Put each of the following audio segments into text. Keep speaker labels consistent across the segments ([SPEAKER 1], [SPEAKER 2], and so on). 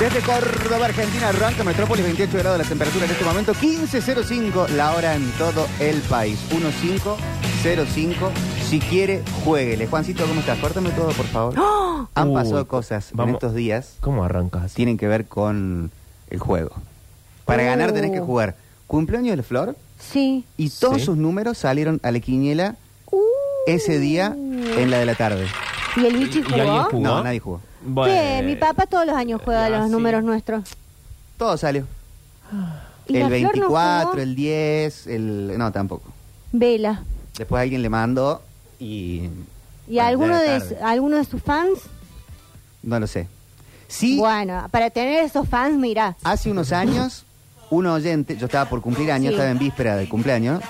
[SPEAKER 1] Desde Córdoba, Argentina, arranca Metrópolis, 28 grados la temperatura en este momento, 15.05 la hora en todo el país. 1505, si quiere, jueguele. Juancito, ¿cómo estás? Córtame todo, por favor.
[SPEAKER 2] ¡Ah!
[SPEAKER 1] Han
[SPEAKER 2] ¡Oh!
[SPEAKER 3] Uh,
[SPEAKER 1] pasado cosas en
[SPEAKER 3] vamos.
[SPEAKER 1] estos días
[SPEAKER 3] ¿Cómo arrancas?
[SPEAKER 1] tienen que ver con el juego. Para
[SPEAKER 2] Uh.
[SPEAKER 1] ganar tenés que jugar cumpleaños de la flor
[SPEAKER 2] Sí.
[SPEAKER 1] y todos
[SPEAKER 3] Sí.
[SPEAKER 1] sus números salieron a la quiniela ese día en la de la tarde.
[SPEAKER 2] ¿Y el bichi
[SPEAKER 3] ¿Y
[SPEAKER 2] Uh. jugó?
[SPEAKER 3] alguien jugó?
[SPEAKER 1] No, nadie jugó.
[SPEAKER 2] Sí, mi papá todos los años juega
[SPEAKER 3] Ah,
[SPEAKER 2] los
[SPEAKER 3] sí.
[SPEAKER 2] números nuestros.
[SPEAKER 1] Todo salió.
[SPEAKER 2] ¿Y
[SPEAKER 1] el
[SPEAKER 2] la flor no jugó?
[SPEAKER 1] 24, el 10, el... No, tampoco.
[SPEAKER 2] Vela.
[SPEAKER 1] Después alguien le mandó y...
[SPEAKER 2] ¿Y
[SPEAKER 1] bueno,
[SPEAKER 2] alguno,
[SPEAKER 1] ya era
[SPEAKER 2] de, Ah.
[SPEAKER 1] tarde.
[SPEAKER 2] su- alguno de sus fans?
[SPEAKER 1] No lo sé. Sí,
[SPEAKER 2] Bueno, para tener esos fans, mirá.
[SPEAKER 1] hace unos años, un oyente, yo estaba por cumplir años,
[SPEAKER 2] Sí.
[SPEAKER 1] estaba en víspera del cumpleaños,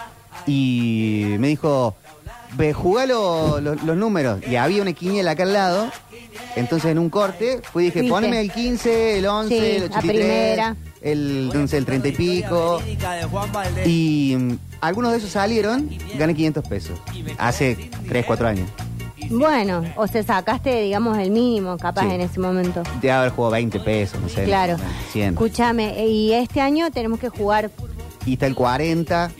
[SPEAKER 1] y me dijo, ve, jugá lo- lo- los números. Y había una quiniela acá al lado, entonces en un corte, fui y dije,
[SPEAKER 2] Viste.
[SPEAKER 1] poneme el 15, el 11,
[SPEAKER 2] Sí,
[SPEAKER 1] el
[SPEAKER 2] la
[SPEAKER 1] 83,
[SPEAKER 2] primera.
[SPEAKER 1] el, no sé, el 30 y pico.
[SPEAKER 4] de Juan Valdés.
[SPEAKER 1] Y mm, algunos de esos salieron, gané 500 pesos. Hace 3, 4 años.
[SPEAKER 2] Bueno, o se sacaste, digamos, el mínimo, capaz,
[SPEAKER 1] Sí.
[SPEAKER 2] en ese momento.
[SPEAKER 1] De haber jugado 20 pesos, no sé.
[SPEAKER 2] Claro.
[SPEAKER 1] 100.
[SPEAKER 2] Escúchame, eh, y este año tenemos que jugar.
[SPEAKER 1] Y está el 40,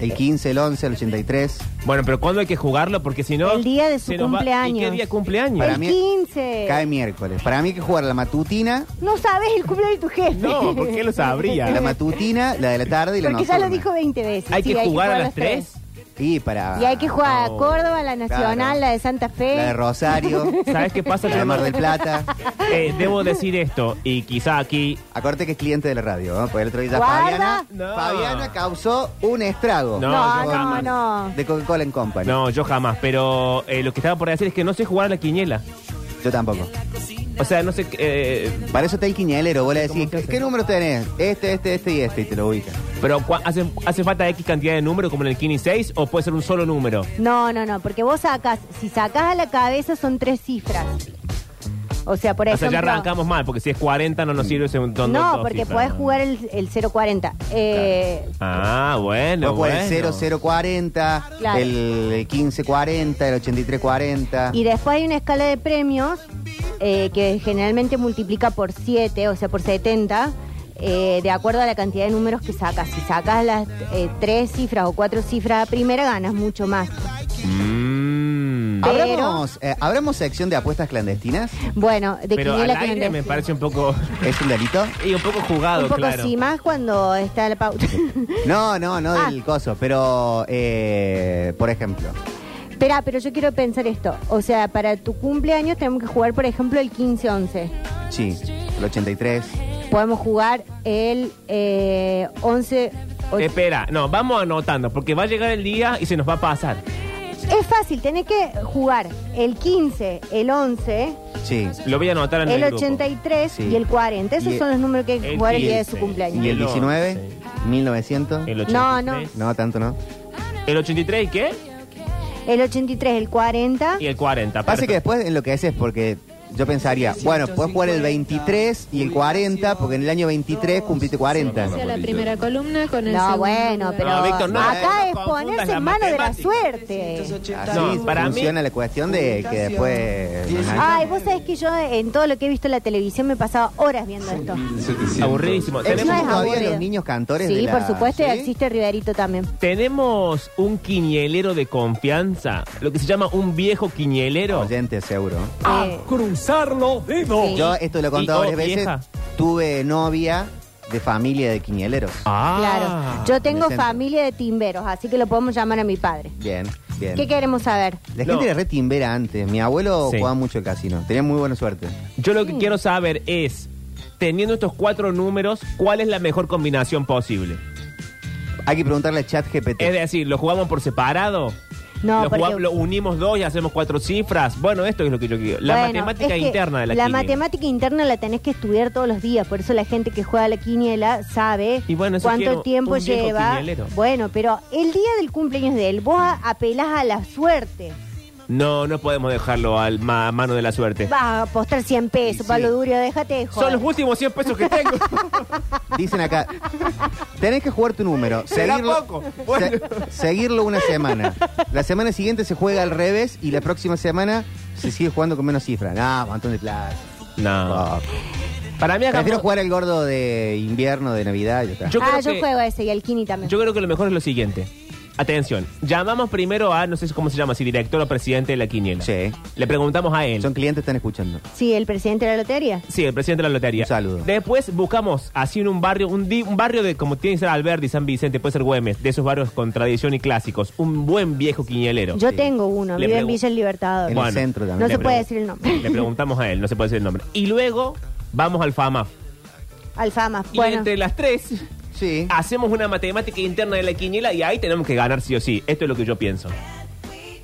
[SPEAKER 1] el 15, el 11, el 83.
[SPEAKER 3] Bueno, pero ¿cuándo hay que jugarlo? Porque si no.
[SPEAKER 2] El día de su
[SPEAKER 3] se nos va-
[SPEAKER 2] cumpleaños.
[SPEAKER 3] ¿Y qué día cumpleaños?
[SPEAKER 1] Para
[SPEAKER 2] el
[SPEAKER 1] mí-
[SPEAKER 2] 15.
[SPEAKER 1] Cae miércoles. Para mí hay que jugar la matutina,
[SPEAKER 2] No sabes el cumpleaños de tu jefe.
[SPEAKER 3] No, ¿por qué lo sabría?
[SPEAKER 1] la matutina, la de la tarde y la
[SPEAKER 2] Porque ya lo
[SPEAKER 1] nocturna.
[SPEAKER 2] dijo 20 veces.
[SPEAKER 3] ¿Hay
[SPEAKER 2] Sí,
[SPEAKER 3] que jugar a
[SPEAKER 2] jugar
[SPEAKER 3] las Ah, 3?
[SPEAKER 1] Y para...
[SPEAKER 2] Y hay que jugar
[SPEAKER 3] No.
[SPEAKER 2] a Córdoba, la Nacional,
[SPEAKER 1] Claro.
[SPEAKER 2] la de Santa Fe.
[SPEAKER 1] La de Rosario,
[SPEAKER 3] ¿Sabes qué pasa?
[SPEAKER 1] la de Mar
[SPEAKER 3] Que-
[SPEAKER 1] del Plata.
[SPEAKER 3] eh, debo decir esto, y quizá aquí.
[SPEAKER 1] Acuérdate que es cliente de la radio, ¿no? Porque el otro día
[SPEAKER 2] Guarda.
[SPEAKER 1] Fabiana,
[SPEAKER 3] No.
[SPEAKER 1] Fabiana causó un estrago
[SPEAKER 3] No,
[SPEAKER 2] no,
[SPEAKER 3] yo
[SPEAKER 2] no,
[SPEAKER 3] jamás.
[SPEAKER 2] no.
[SPEAKER 1] de Coca-Cola en Company.
[SPEAKER 3] No, yo jamás, pero eh, lo que estaba por decir es que no sé jugar a la quiniela.
[SPEAKER 1] Yo tampoco.
[SPEAKER 3] O sea, no sé. eh,
[SPEAKER 1] Para eso está el quinielero, vos le decís,
[SPEAKER 3] ¿Cómo que
[SPEAKER 1] ¿qué,
[SPEAKER 3] hace?
[SPEAKER 1] qué número tenés? Este, este, este y este, y te lo ubicas.
[SPEAKER 3] pero ¿cu- hace, ¿hace falta X cantidad de números como en el Kini 6 o puede ser un solo número?
[SPEAKER 2] No, no, no, porque vos sacas, si sacás a la cabeza son tres cifras. O sea, por
[SPEAKER 3] O
[SPEAKER 2] ejemplo.
[SPEAKER 3] sea, ya arrancamos mal, porque si es 40 no nos sirve ese un don-
[SPEAKER 2] No,
[SPEAKER 3] dos
[SPEAKER 2] porque
[SPEAKER 3] cifras,
[SPEAKER 2] podés
[SPEAKER 3] ¿no?
[SPEAKER 2] jugar el, el 040. Eh,
[SPEAKER 3] Ah, bueno.
[SPEAKER 1] Vos por
[SPEAKER 3] bueno.
[SPEAKER 1] el 0040,
[SPEAKER 2] Claro.
[SPEAKER 1] el 1540, el 8340.
[SPEAKER 2] Y después hay una escala de premios eh, que generalmente multiplica por 7, o sea, por 70, eh, de acuerdo a la cantidad de números que sacas. Si sacas las eh, tres cifras o cuatro cifras primera, ganas mucho más.
[SPEAKER 3] Mm.
[SPEAKER 2] pero-
[SPEAKER 1] ¿Abramos, eh, ¿abramos sección de apuestas clandestinas?
[SPEAKER 2] Bueno, de
[SPEAKER 3] pero al
[SPEAKER 2] quiniela
[SPEAKER 3] aire me
[SPEAKER 2] clandestina.
[SPEAKER 3] parece un poco
[SPEAKER 1] ¿Es un delito?
[SPEAKER 3] y un poco jugado
[SPEAKER 2] Un poco
[SPEAKER 3] claro
[SPEAKER 2] sí, más cuando está la pauta.
[SPEAKER 1] No, no, no
[SPEAKER 2] Ah.
[SPEAKER 1] del coso, pero, eh, por ejemplo,
[SPEAKER 2] Espera, pero yo quiero pensar esto. O sea, para tu cumpleaños tenemos que jugar, por ejemplo, el 15-11.
[SPEAKER 1] sí, el 83.
[SPEAKER 2] Podemos jugar el eh, 11... o-
[SPEAKER 3] Eh, espera no vamos anotando porque va a llegar el día y se nos va a pasar
[SPEAKER 2] Es fácil, tenés que jugar el 15, el 11,
[SPEAKER 1] Sí.
[SPEAKER 3] lo voy a anotar en
[SPEAKER 2] el
[SPEAKER 3] el Ah, grupo.
[SPEAKER 2] 83
[SPEAKER 1] Sí.
[SPEAKER 2] y el 40. Esos
[SPEAKER 1] Y-
[SPEAKER 2] son los números que hay que
[SPEAKER 3] el
[SPEAKER 2] jugar el día de
[SPEAKER 3] 15.
[SPEAKER 2] su
[SPEAKER 1] ¿Y
[SPEAKER 2] cumpleaños.
[SPEAKER 1] el
[SPEAKER 3] El
[SPEAKER 1] 19? 1900.
[SPEAKER 3] el
[SPEAKER 2] No,
[SPEAKER 3] 83
[SPEAKER 2] no.
[SPEAKER 1] No, tanto no.
[SPEAKER 3] el 83 y qué
[SPEAKER 2] El 83, el 40.
[SPEAKER 3] y el 40
[SPEAKER 1] Pasa que
[SPEAKER 3] perfecto.
[SPEAKER 1] después enloqueces porque yo pensaría, bueno, puedes jugar el 23 y el 40, porque en el año 23 cumpliste 40.
[SPEAKER 5] Inicia la primera columna con el
[SPEAKER 2] No,
[SPEAKER 5] segundo
[SPEAKER 2] bueno,
[SPEAKER 5] lugar.
[SPEAKER 2] pero
[SPEAKER 3] No, Víctor, no,
[SPEAKER 2] acá
[SPEAKER 3] no
[SPEAKER 2] es
[SPEAKER 3] confundas
[SPEAKER 2] ponerse
[SPEAKER 3] la
[SPEAKER 2] en mano de la
[SPEAKER 3] matemática.
[SPEAKER 2] suerte.
[SPEAKER 1] Así
[SPEAKER 3] No, para mí-
[SPEAKER 1] funciona la cuestión de que después...
[SPEAKER 2] Ay, vos sabés que yo en todo lo que he visto en la televisión me pasaba horas viendo esto.
[SPEAKER 3] aburridísimo
[SPEAKER 2] Eso
[SPEAKER 3] tenemos
[SPEAKER 2] es
[SPEAKER 1] todavía
[SPEAKER 2] aburrido.
[SPEAKER 1] los niños cantores de
[SPEAKER 2] Sí,
[SPEAKER 1] la-
[SPEAKER 2] por supuesto, y
[SPEAKER 1] ¿Sí?
[SPEAKER 2] existe Riverito también.
[SPEAKER 3] tenemos un quinielero de confianza lo que se llama un viejo quinielero
[SPEAKER 1] Oyentes, seguro.
[SPEAKER 2] Eh,
[SPEAKER 3] cruzar los dedos
[SPEAKER 2] Sí.
[SPEAKER 1] Yo esto lo he contado
[SPEAKER 3] Y- oh,
[SPEAKER 1] varias veces.
[SPEAKER 3] vieja.
[SPEAKER 1] Tuve novia de familia de quiñeleros.
[SPEAKER 3] ah
[SPEAKER 2] claro. Yo tengo
[SPEAKER 1] decente.
[SPEAKER 2] familia de timberos, así que lo podemos llamar a mi padre.
[SPEAKER 1] Bien, bien.
[SPEAKER 2] ¿Qué queremos saber?
[SPEAKER 1] La gente
[SPEAKER 3] No.
[SPEAKER 1] era re timbera antes. Mi abuelo
[SPEAKER 3] Sí.
[SPEAKER 1] jugaba mucho el casino. Tenía muy buena suerte.
[SPEAKER 3] yo lo que quiero saber es teniendo estos cuatro números cuál es la mejor combinación posible
[SPEAKER 1] Hay que preguntarle a Chat GPT.
[SPEAKER 3] Es decir, ¿lo jugamos por separado?
[SPEAKER 2] No,
[SPEAKER 3] ¿Lo,
[SPEAKER 2] porque-
[SPEAKER 3] jugamos- lo unimos dos y hacemos cuatro cifras? Bueno, esto es lo que yo quiero. La
[SPEAKER 2] Bueno,
[SPEAKER 3] matemática
[SPEAKER 2] es que
[SPEAKER 3] interna de la,
[SPEAKER 2] La
[SPEAKER 3] quiniela.
[SPEAKER 2] matemática interna la tenés que estudiar todos los días, por eso la gente que juega a la quiniela sabe
[SPEAKER 3] Y bueno, eso
[SPEAKER 2] cuánto
[SPEAKER 3] quiero,
[SPEAKER 2] tiempo
[SPEAKER 3] un viejo
[SPEAKER 2] lleva.
[SPEAKER 3] quinielero.
[SPEAKER 2] Bueno, pero el día del cumpleaños de él, vos a- apelás a la suerte.
[SPEAKER 3] No, no podemos dejarlo a mano de la suerte.
[SPEAKER 2] Vas a apostar 100 pesos,
[SPEAKER 1] sí.
[SPEAKER 2] Pablo Durio, déjate de joder.
[SPEAKER 3] Son los últimos 100 pesos que tengo.
[SPEAKER 1] Dicen acá, tenés que jugar tu número.
[SPEAKER 3] Será
[SPEAKER 1] Seguirlo,
[SPEAKER 3] poco. Bueno.
[SPEAKER 1] se- seguirlo una semana. La semana siguiente se juega al revés y la
[SPEAKER 3] Ah.
[SPEAKER 1] próxima semana se sigue jugando con menos cifras. No, montón de plata.
[SPEAKER 3] no.
[SPEAKER 1] Oh.
[SPEAKER 3] Para mí acá
[SPEAKER 1] Prefiero jugar el gordo de invierno, de Navidad. Ya está.
[SPEAKER 3] Yo
[SPEAKER 2] ah,
[SPEAKER 3] creo
[SPEAKER 2] yo
[SPEAKER 3] que-
[SPEAKER 2] juego ese y el Kini también.
[SPEAKER 3] Yo creo que lo mejor es lo siguiente. Atención, llamamos primero a, no sé cómo se llama, si director o presidente de la quiniela.
[SPEAKER 1] Sí.
[SPEAKER 3] Le preguntamos a él.
[SPEAKER 1] Son clientes que están escuchando.
[SPEAKER 2] Sí, el presidente de la lotería.
[SPEAKER 3] Sí, el presidente de la lotería.
[SPEAKER 1] Un saludo.
[SPEAKER 3] Después buscamos así en un barrio, un, di- un barrio de como tiene que ser Alberdi, San Vicente, puede ser Güemes, de esos barrios con tradición y clásicos. Un buen viejo quiñelero.
[SPEAKER 2] Yo tengo uno,
[SPEAKER 3] Le
[SPEAKER 2] vive en
[SPEAKER 3] pregun-
[SPEAKER 2] Villa El Libertador.
[SPEAKER 1] En
[SPEAKER 3] Bueno,
[SPEAKER 1] el centro también.
[SPEAKER 2] no se
[SPEAKER 3] pregun-
[SPEAKER 2] puede decir el nombre.
[SPEAKER 3] Le preguntamos a él, no se puede decir el nombre. Y luego vamos al FAMAF.
[SPEAKER 2] Alfama.
[SPEAKER 3] Y este
[SPEAKER 2] Bueno,
[SPEAKER 3] entre las tres
[SPEAKER 1] Sí.
[SPEAKER 3] hacemos una matemática interna de la quiniela y ahí tenemos que ganar sí o sí. Esto es lo que yo pienso.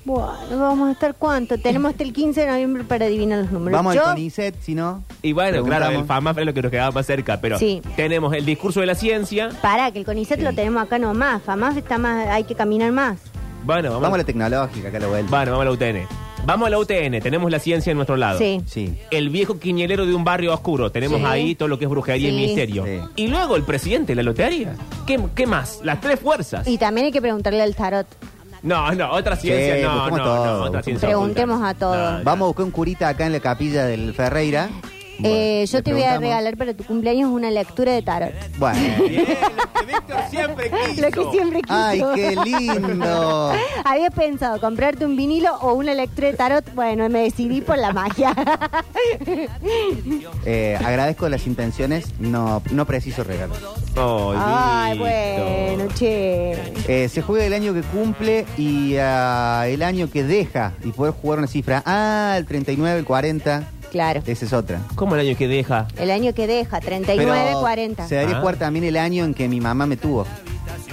[SPEAKER 2] bueno, vamos a estar cuánto. Tenemos hasta el 15 de noviembre para adivinar los números.
[SPEAKER 1] Vamos
[SPEAKER 2] Yo-
[SPEAKER 1] al Conicet, si no.
[SPEAKER 3] Y bueno, claro,
[SPEAKER 1] Preguntamos.
[SPEAKER 3] el FAMAF es lo que nos quedaba más cerca, pero
[SPEAKER 2] Sí.
[SPEAKER 3] tenemos el discurso de la ciencia.
[SPEAKER 2] Pará, que el CONICET
[SPEAKER 1] Sí.
[SPEAKER 2] lo tenemos acá nomás. FAMAS está más, hay que caminar más.
[SPEAKER 3] Bueno, vamos,
[SPEAKER 1] Vamos a la tecnológica, acá a la vuelta.
[SPEAKER 3] bueno, vamos a la UTN. Vamos a la UTN, tenemos la ciencia en nuestro lado.
[SPEAKER 2] Sí.
[SPEAKER 1] Sí.
[SPEAKER 3] El viejo quiñelero de un barrio oscuro. Tenemos
[SPEAKER 2] Sí.
[SPEAKER 3] ahí todo lo que es brujería
[SPEAKER 2] Sí.
[SPEAKER 3] y misterio.
[SPEAKER 1] Sí.
[SPEAKER 3] Y luego el presidente, la lotería. ¿Qué, qué más? Las tres fuerzas.
[SPEAKER 2] Y también hay que preguntarle al tarot.
[SPEAKER 3] No, no, otra ciencia.
[SPEAKER 1] Sí,
[SPEAKER 3] no,
[SPEAKER 1] busquemos
[SPEAKER 3] no,
[SPEAKER 1] todo,
[SPEAKER 3] no, otra
[SPEAKER 1] busquemos
[SPEAKER 3] ciencia.
[SPEAKER 2] todo. pues, Preguntemos
[SPEAKER 3] oculta.
[SPEAKER 2] a todos.
[SPEAKER 3] No, no.
[SPEAKER 1] Vamos a buscar un curita acá en la capilla del Ferreira. Bueno,
[SPEAKER 2] Eh,
[SPEAKER 1] le
[SPEAKER 2] yo te voy a
[SPEAKER 1] preguntamos.
[SPEAKER 2] regalar para tu cumpleaños una lectura de tarot.
[SPEAKER 1] Bueno.
[SPEAKER 3] Bien, lo que Víctor siempre quiso.
[SPEAKER 2] Lo que siempre quiso.
[SPEAKER 1] ¡Ay, qué lindo!
[SPEAKER 2] Había pensado comprarte un vinilo o una lectura de tarot. Bueno, me decidí por la magia.
[SPEAKER 1] Eh, agradezco las intenciones, no, no preciso regalos.
[SPEAKER 2] Ay,
[SPEAKER 3] Víctor.
[SPEAKER 2] bueno, che.
[SPEAKER 1] Eh, se juega el año que cumple y ah, el año que deja y poder jugar una cifra. Ah, el 39, el 40,
[SPEAKER 2] Claro.
[SPEAKER 1] esa es otra.
[SPEAKER 3] ¿Cómo el año que deja?
[SPEAKER 2] El año que deja, 39, 40.
[SPEAKER 1] se debería
[SPEAKER 3] Ah.
[SPEAKER 1] jugar también el año en que mi mamá me tuvo.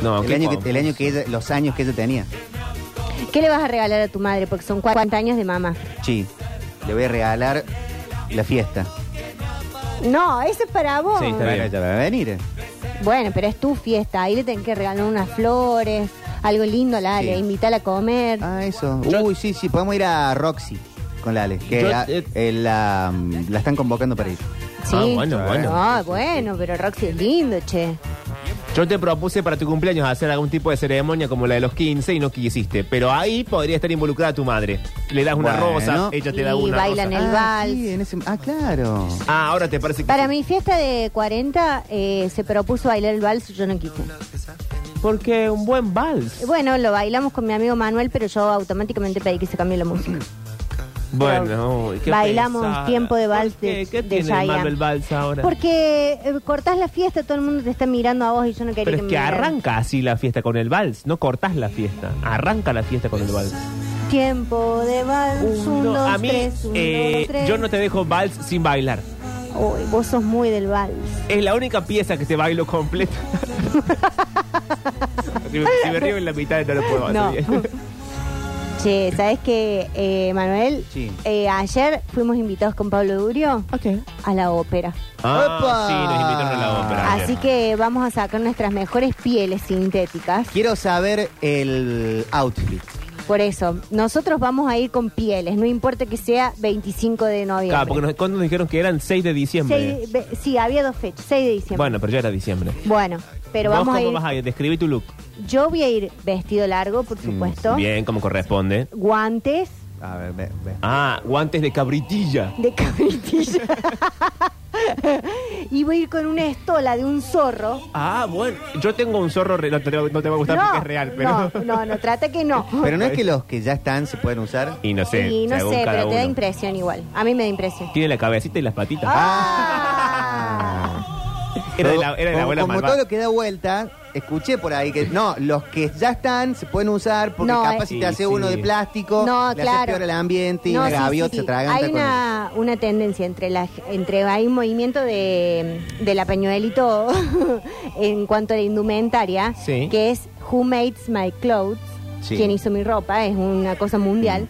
[SPEAKER 3] No,
[SPEAKER 1] el,
[SPEAKER 3] qué
[SPEAKER 1] año que,
[SPEAKER 3] confuso.
[SPEAKER 1] el año que ella- los años que ella tenía.
[SPEAKER 2] ¿Qué le vas a regalar a tu madre? Porque son 40 años de mamá.
[SPEAKER 1] Sí, le voy a regalar la fiesta.
[SPEAKER 2] No, eso es para vos.
[SPEAKER 3] Sí, está bien.
[SPEAKER 1] Bueno, ella va a venir. eh.
[SPEAKER 2] Bueno, pero es tu fiesta. Ahí le tenés que regalar unas flores, algo lindo a la Ale.
[SPEAKER 1] Sí.
[SPEAKER 2] Invítala a comer.
[SPEAKER 1] Ah, eso.
[SPEAKER 3] Yo-
[SPEAKER 1] Uy, sí, sí, podemos ir a Roxy con Lale, que
[SPEAKER 3] Yo-
[SPEAKER 1] la,
[SPEAKER 3] eh,
[SPEAKER 1] eh, la, la están convocando para ir.
[SPEAKER 2] Sí.
[SPEAKER 3] Ah, bueno, bueno.
[SPEAKER 2] No, bueno, pero Roxy es lindo, che.
[SPEAKER 3] Yo te propuse para tu cumpleaños hacer algún tipo de ceremonia como la de los 15 y no quisiste. Pero ahí podría estar involucrada tu madre. Le das una
[SPEAKER 1] Bueno.
[SPEAKER 3] rosa, ella te da
[SPEAKER 2] Y
[SPEAKER 3] una
[SPEAKER 2] bailan
[SPEAKER 3] rosa.
[SPEAKER 2] El
[SPEAKER 1] ah,
[SPEAKER 2] vals.
[SPEAKER 1] sí, en ese- ah, claro.
[SPEAKER 3] Ah, ahora te parece que...
[SPEAKER 2] Para mi fiesta de 40 eh, se propuso bailar el vals, yo no quise. Eh,
[SPEAKER 3] Porque un buen vals.
[SPEAKER 2] Bueno, lo bailamos con mi amigo Manuel, pero yo automáticamente pedí que se cambie la música.
[SPEAKER 3] Bueno, uy, qué
[SPEAKER 2] Bailamos
[SPEAKER 3] pesada.
[SPEAKER 2] tiempo de vals
[SPEAKER 3] ¿Por qué?
[SPEAKER 2] de-
[SPEAKER 3] ¿Qué
[SPEAKER 2] de
[SPEAKER 3] tiene de
[SPEAKER 2] Shaya.
[SPEAKER 3] malo el vals ahora?
[SPEAKER 2] Porque eh, cortás la fiesta, todo el mundo te está mirando a vos y yo no quería que
[SPEAKER 3] Pero es
[SPEAKER 2] me
[SPEAKER 3] que
[SPEAKER 2] miraran.
[SPEAKER 3] arranca así la fiesta con el vals, no cortás la fiesta, arranca la fiesta con el vals.
[SPEAKER 2] Tiempo de vals, un,
[SPEAKER 3] Uno,
[SPEAKER 2] dos,
[SPEAKER 3] a mí,
[SPEAKER 2] tres, un,
[SPEAKER 3] eh,
[SPEAKER 2] dos, tres.
[SPEAKER 3] yo no te dejo vals sin bailar.
[SPEAKER 2] Uy, vos sos muy del vals.
[SPEAKER 3] Es la única pieza que te bailo completa. si, me, si me río en la mitad no lo puedo hacer
[SPEAKER 2] No.
[SPEAKER 3] bien.
[SPEAKER 2] Che, ¿sabes qué, eh, Manuel?
[SPEAKER 1] Sí.
[SPEAKER 2] Eh, ayer fuimos invitados con Pablo Durio a la ópera.
[SPEAKER 3] Ah,
[SPEAKER 1] ¡Epa!
[SPEAKER 3] sí, nos invitaron a la ópera.
[SPEAKER 1] Ah,
[SPEAKER 2] Así que vamos a sacar nuestras mejores pieles sintéticas.
[SPEAKER 1] Quiero saber el outfit.
[SPEAKER 2] Por eso, nosotros vamos a ir con pieles, no importa que sea 25 de noviembre.
[SPEAKER 3] Claro, porque nos, cuando nos dijeron que eran 6 de diciembre.
[SPEAKER 2] Seis- ve- sí, había dos fechas, 6 de diciembre.
[SPEAKER 3] Bueno, pero ya era diciembre.
[SPEAKER 2] Bueno, pero
[SPEAKER 3] ¿Vos
[SPEAKER 2] vamos a
[SPEAKER 3] cómo
[SPEAKER 2] ir.
[SPEAKER 3] vas a ir? Describí tu look.
[SPEAKER 2] Yo voy a ir vestido largo, por supuesto.
[SPEAKER 3] Bien, como corresponde.
[SPEAKER 2] Guantes
[SPEAKER 1] A ver, ve, ve.
[SPEAKER 3] Ah, guantes de cabritilla.
[SPEAKER 2] de cabritilla. y voy a ir con una estola de un zorro.
[SPEAKER 3] Ah, bueno. Yo tengo un zorro, re- no te, no te va a gustar porque es real, pero...
[SPEAKER 2] No, no, no, trata que no.
[SPEAKER 1] Pero no es que los que ya están se pueden usar.
[SPEAKER 3] Y no sé,
[SPEAKER 2] y no
[SPEAKER 3] según
[SPEAKER 2] sé,
[SPEAKER 3] cada
[SPEAKER 2] pero te da
[SPEAKER 3] uno.
[SPEAKER 2] impresión igual. A mí me da impresión.
[SPEAKER 3] Tiene la cabecita y las patitas.
[SPEAKER 2] Ah.
[SPEAKER 3] Era de la, era de la
[SPEAKER 1] Como-
[SPEAKER 3] abuela
[SPEAKER 1] como,
[SPEAKER 3] malvada.
[SPEAKER 1] todo lo que da vuelta, escuché por ahí que no, los que ya están se pueden usar porque
[SPEAKER 2] No,
[SPEAKER 1] capaz
[SPEAKER 2] eh.
[SPEAKER 1] si te
[SPEAKER 3] Sí,
[SPEAKER 1] hace
[SPEAKER 3] sí.
[SPEAKER 1] uno de plástico,
[SPEAKER 2] No,
[SPEAKER 1] le hace
[SPEAKER 2] claro.
[SPEAKER 1] peor al ambiente y
[SPEAKER 2] No,
[SPEAKER 1] la
[SPEAKER 2] sí, sí,
[SPEAKER 1] gaviota
[SPEAKER 2] sí.
[SPEAKER 1] se traganta
[SPEAKER 2] Hay
[SPEAKER 1] con
[SPEAKER 2] una, una tendencia entre la entre hay un movimiento de, de la Peñuel y todo en cuanto a la indumentaria
[SPEAKER 3] Sí.
[SPEAKER 2] que es Who Makes My Clothes,
[SPEAKER 1] Sí. Mm.
[SPEAKER 2] quien hizo mi ropa, es una cosa mundial.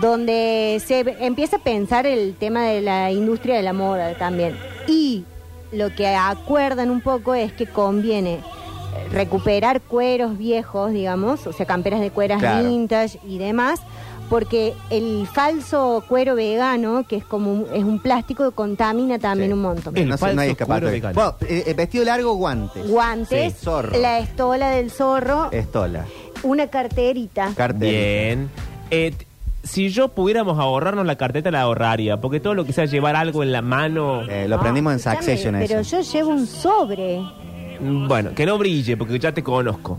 [SPEAKER 2] Donde se ve- empieza a pensar el tema de la industria de la moda también. Y lo que acuerdan un poco es que conviene eh, recuperar cueros viejos, digamos, o sea, camperas de cueras
[SPEAKER 1] Claro.
[SPEAKER 2] vintage y demás, porque el falso cuero vegano, que es como un- es un plástico, contamina también
[SPEAKER 1] Sí.
[SPEAKER 2] un montón.
[SPEAKER 3] El
[SPEAKER 1] No, sé, no hay
[SPEAKER 3] falso cuero
[SPEAKER 1] escapatoria.
[SPEAKER 3] vegano.
[SPEAKER 1] Bueno, eh, eh, vestido largo, guantes.
[SPEAKER 2] Guantes,
[SPEAKER 1] Sí, zorro.
[SPEAKER 2] la estola del zorro,
[SPEAKER 1] Estola.
[SPEAKER 2] una carterita.
[SPEAKER 1] Cartel.
[SPEAKER 3] Bien. Eh, t- si yo pudiéramos ahorrarnos la carteta, la ahorraría. Porque todo lo que sea llevar algo en la mano.
[SPEAKER 1] Eh, lo aprendimos en
[SPEAKER 2] Escúchame,
[SPEAKER 1] Succession
[SPEAKER 2] Ah, Pero
[SPEAKER 1] eso.
[SPEAKER 2] yo llevo un sobre.
[SPEAKER 3] mm, Bueno, que no brille, porque ya te conozco.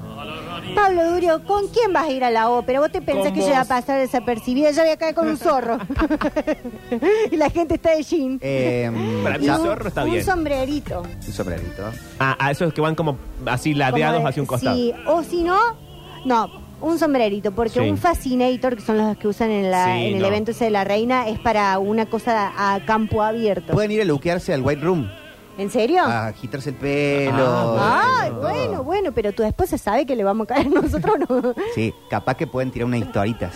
[SPEAKER 2] Pablo Durio, ¿con quién vas a ir a la ópera? Vos te pensás
[SPEAKER 3] Con
[SPEAKER 2] que yo iba a
[SPEAKER 3] vos.
[SPEAKER 2] pasar desapercibida, yo voy a caer con un zorro. y la gente está de jean.
[SPEAKER 1] Eh,
[SPEAKER 3] Para mí
[SPEAKER 2] Y
[SPEAKER 1] ya-
[SPEAKER 3] un zorro está
[SPEAKER 2] un
[SPEAKER 3] bien.
[SPEAKER 2] sombrerito.
[SPEAKER 1] un sombrerito.
[SPEAKER 3] Ah, a esos que van como así ladeados
[SPEAKER 2] Como de-
[SPEAKER 3] hacia un costado.
[SPEAKER 2] Sí, o si no, no, un sombrerito, porque
[SPEAKER 3] Sí.
[SPEAKER 2] un fascinator, que son los que usan en, la-
[SPEAKER 3] Sí,
[SPEAKER 2] en el
[SPEAKER 3] no.
[SPEAKER 2] evento ese de la reina, es para una cosa a campo abierto.
[SPEAKER 1] Pueden ir a luquearse al White Room,
[SPEAKER 2] ¿En serio?
[SPEAKER 1] a agitarse el pelo.
[SPEAKER 3] Ah,
[SPEAKER 2] Ay,
[SPEAKER 1] todo.
[SPEAKER 2] bueno, bueno, pero tu esposa sabe que le vamos a caer nosotros no.
[SPEAKER 1] Sí, capaz que pueden tirar unas historitas.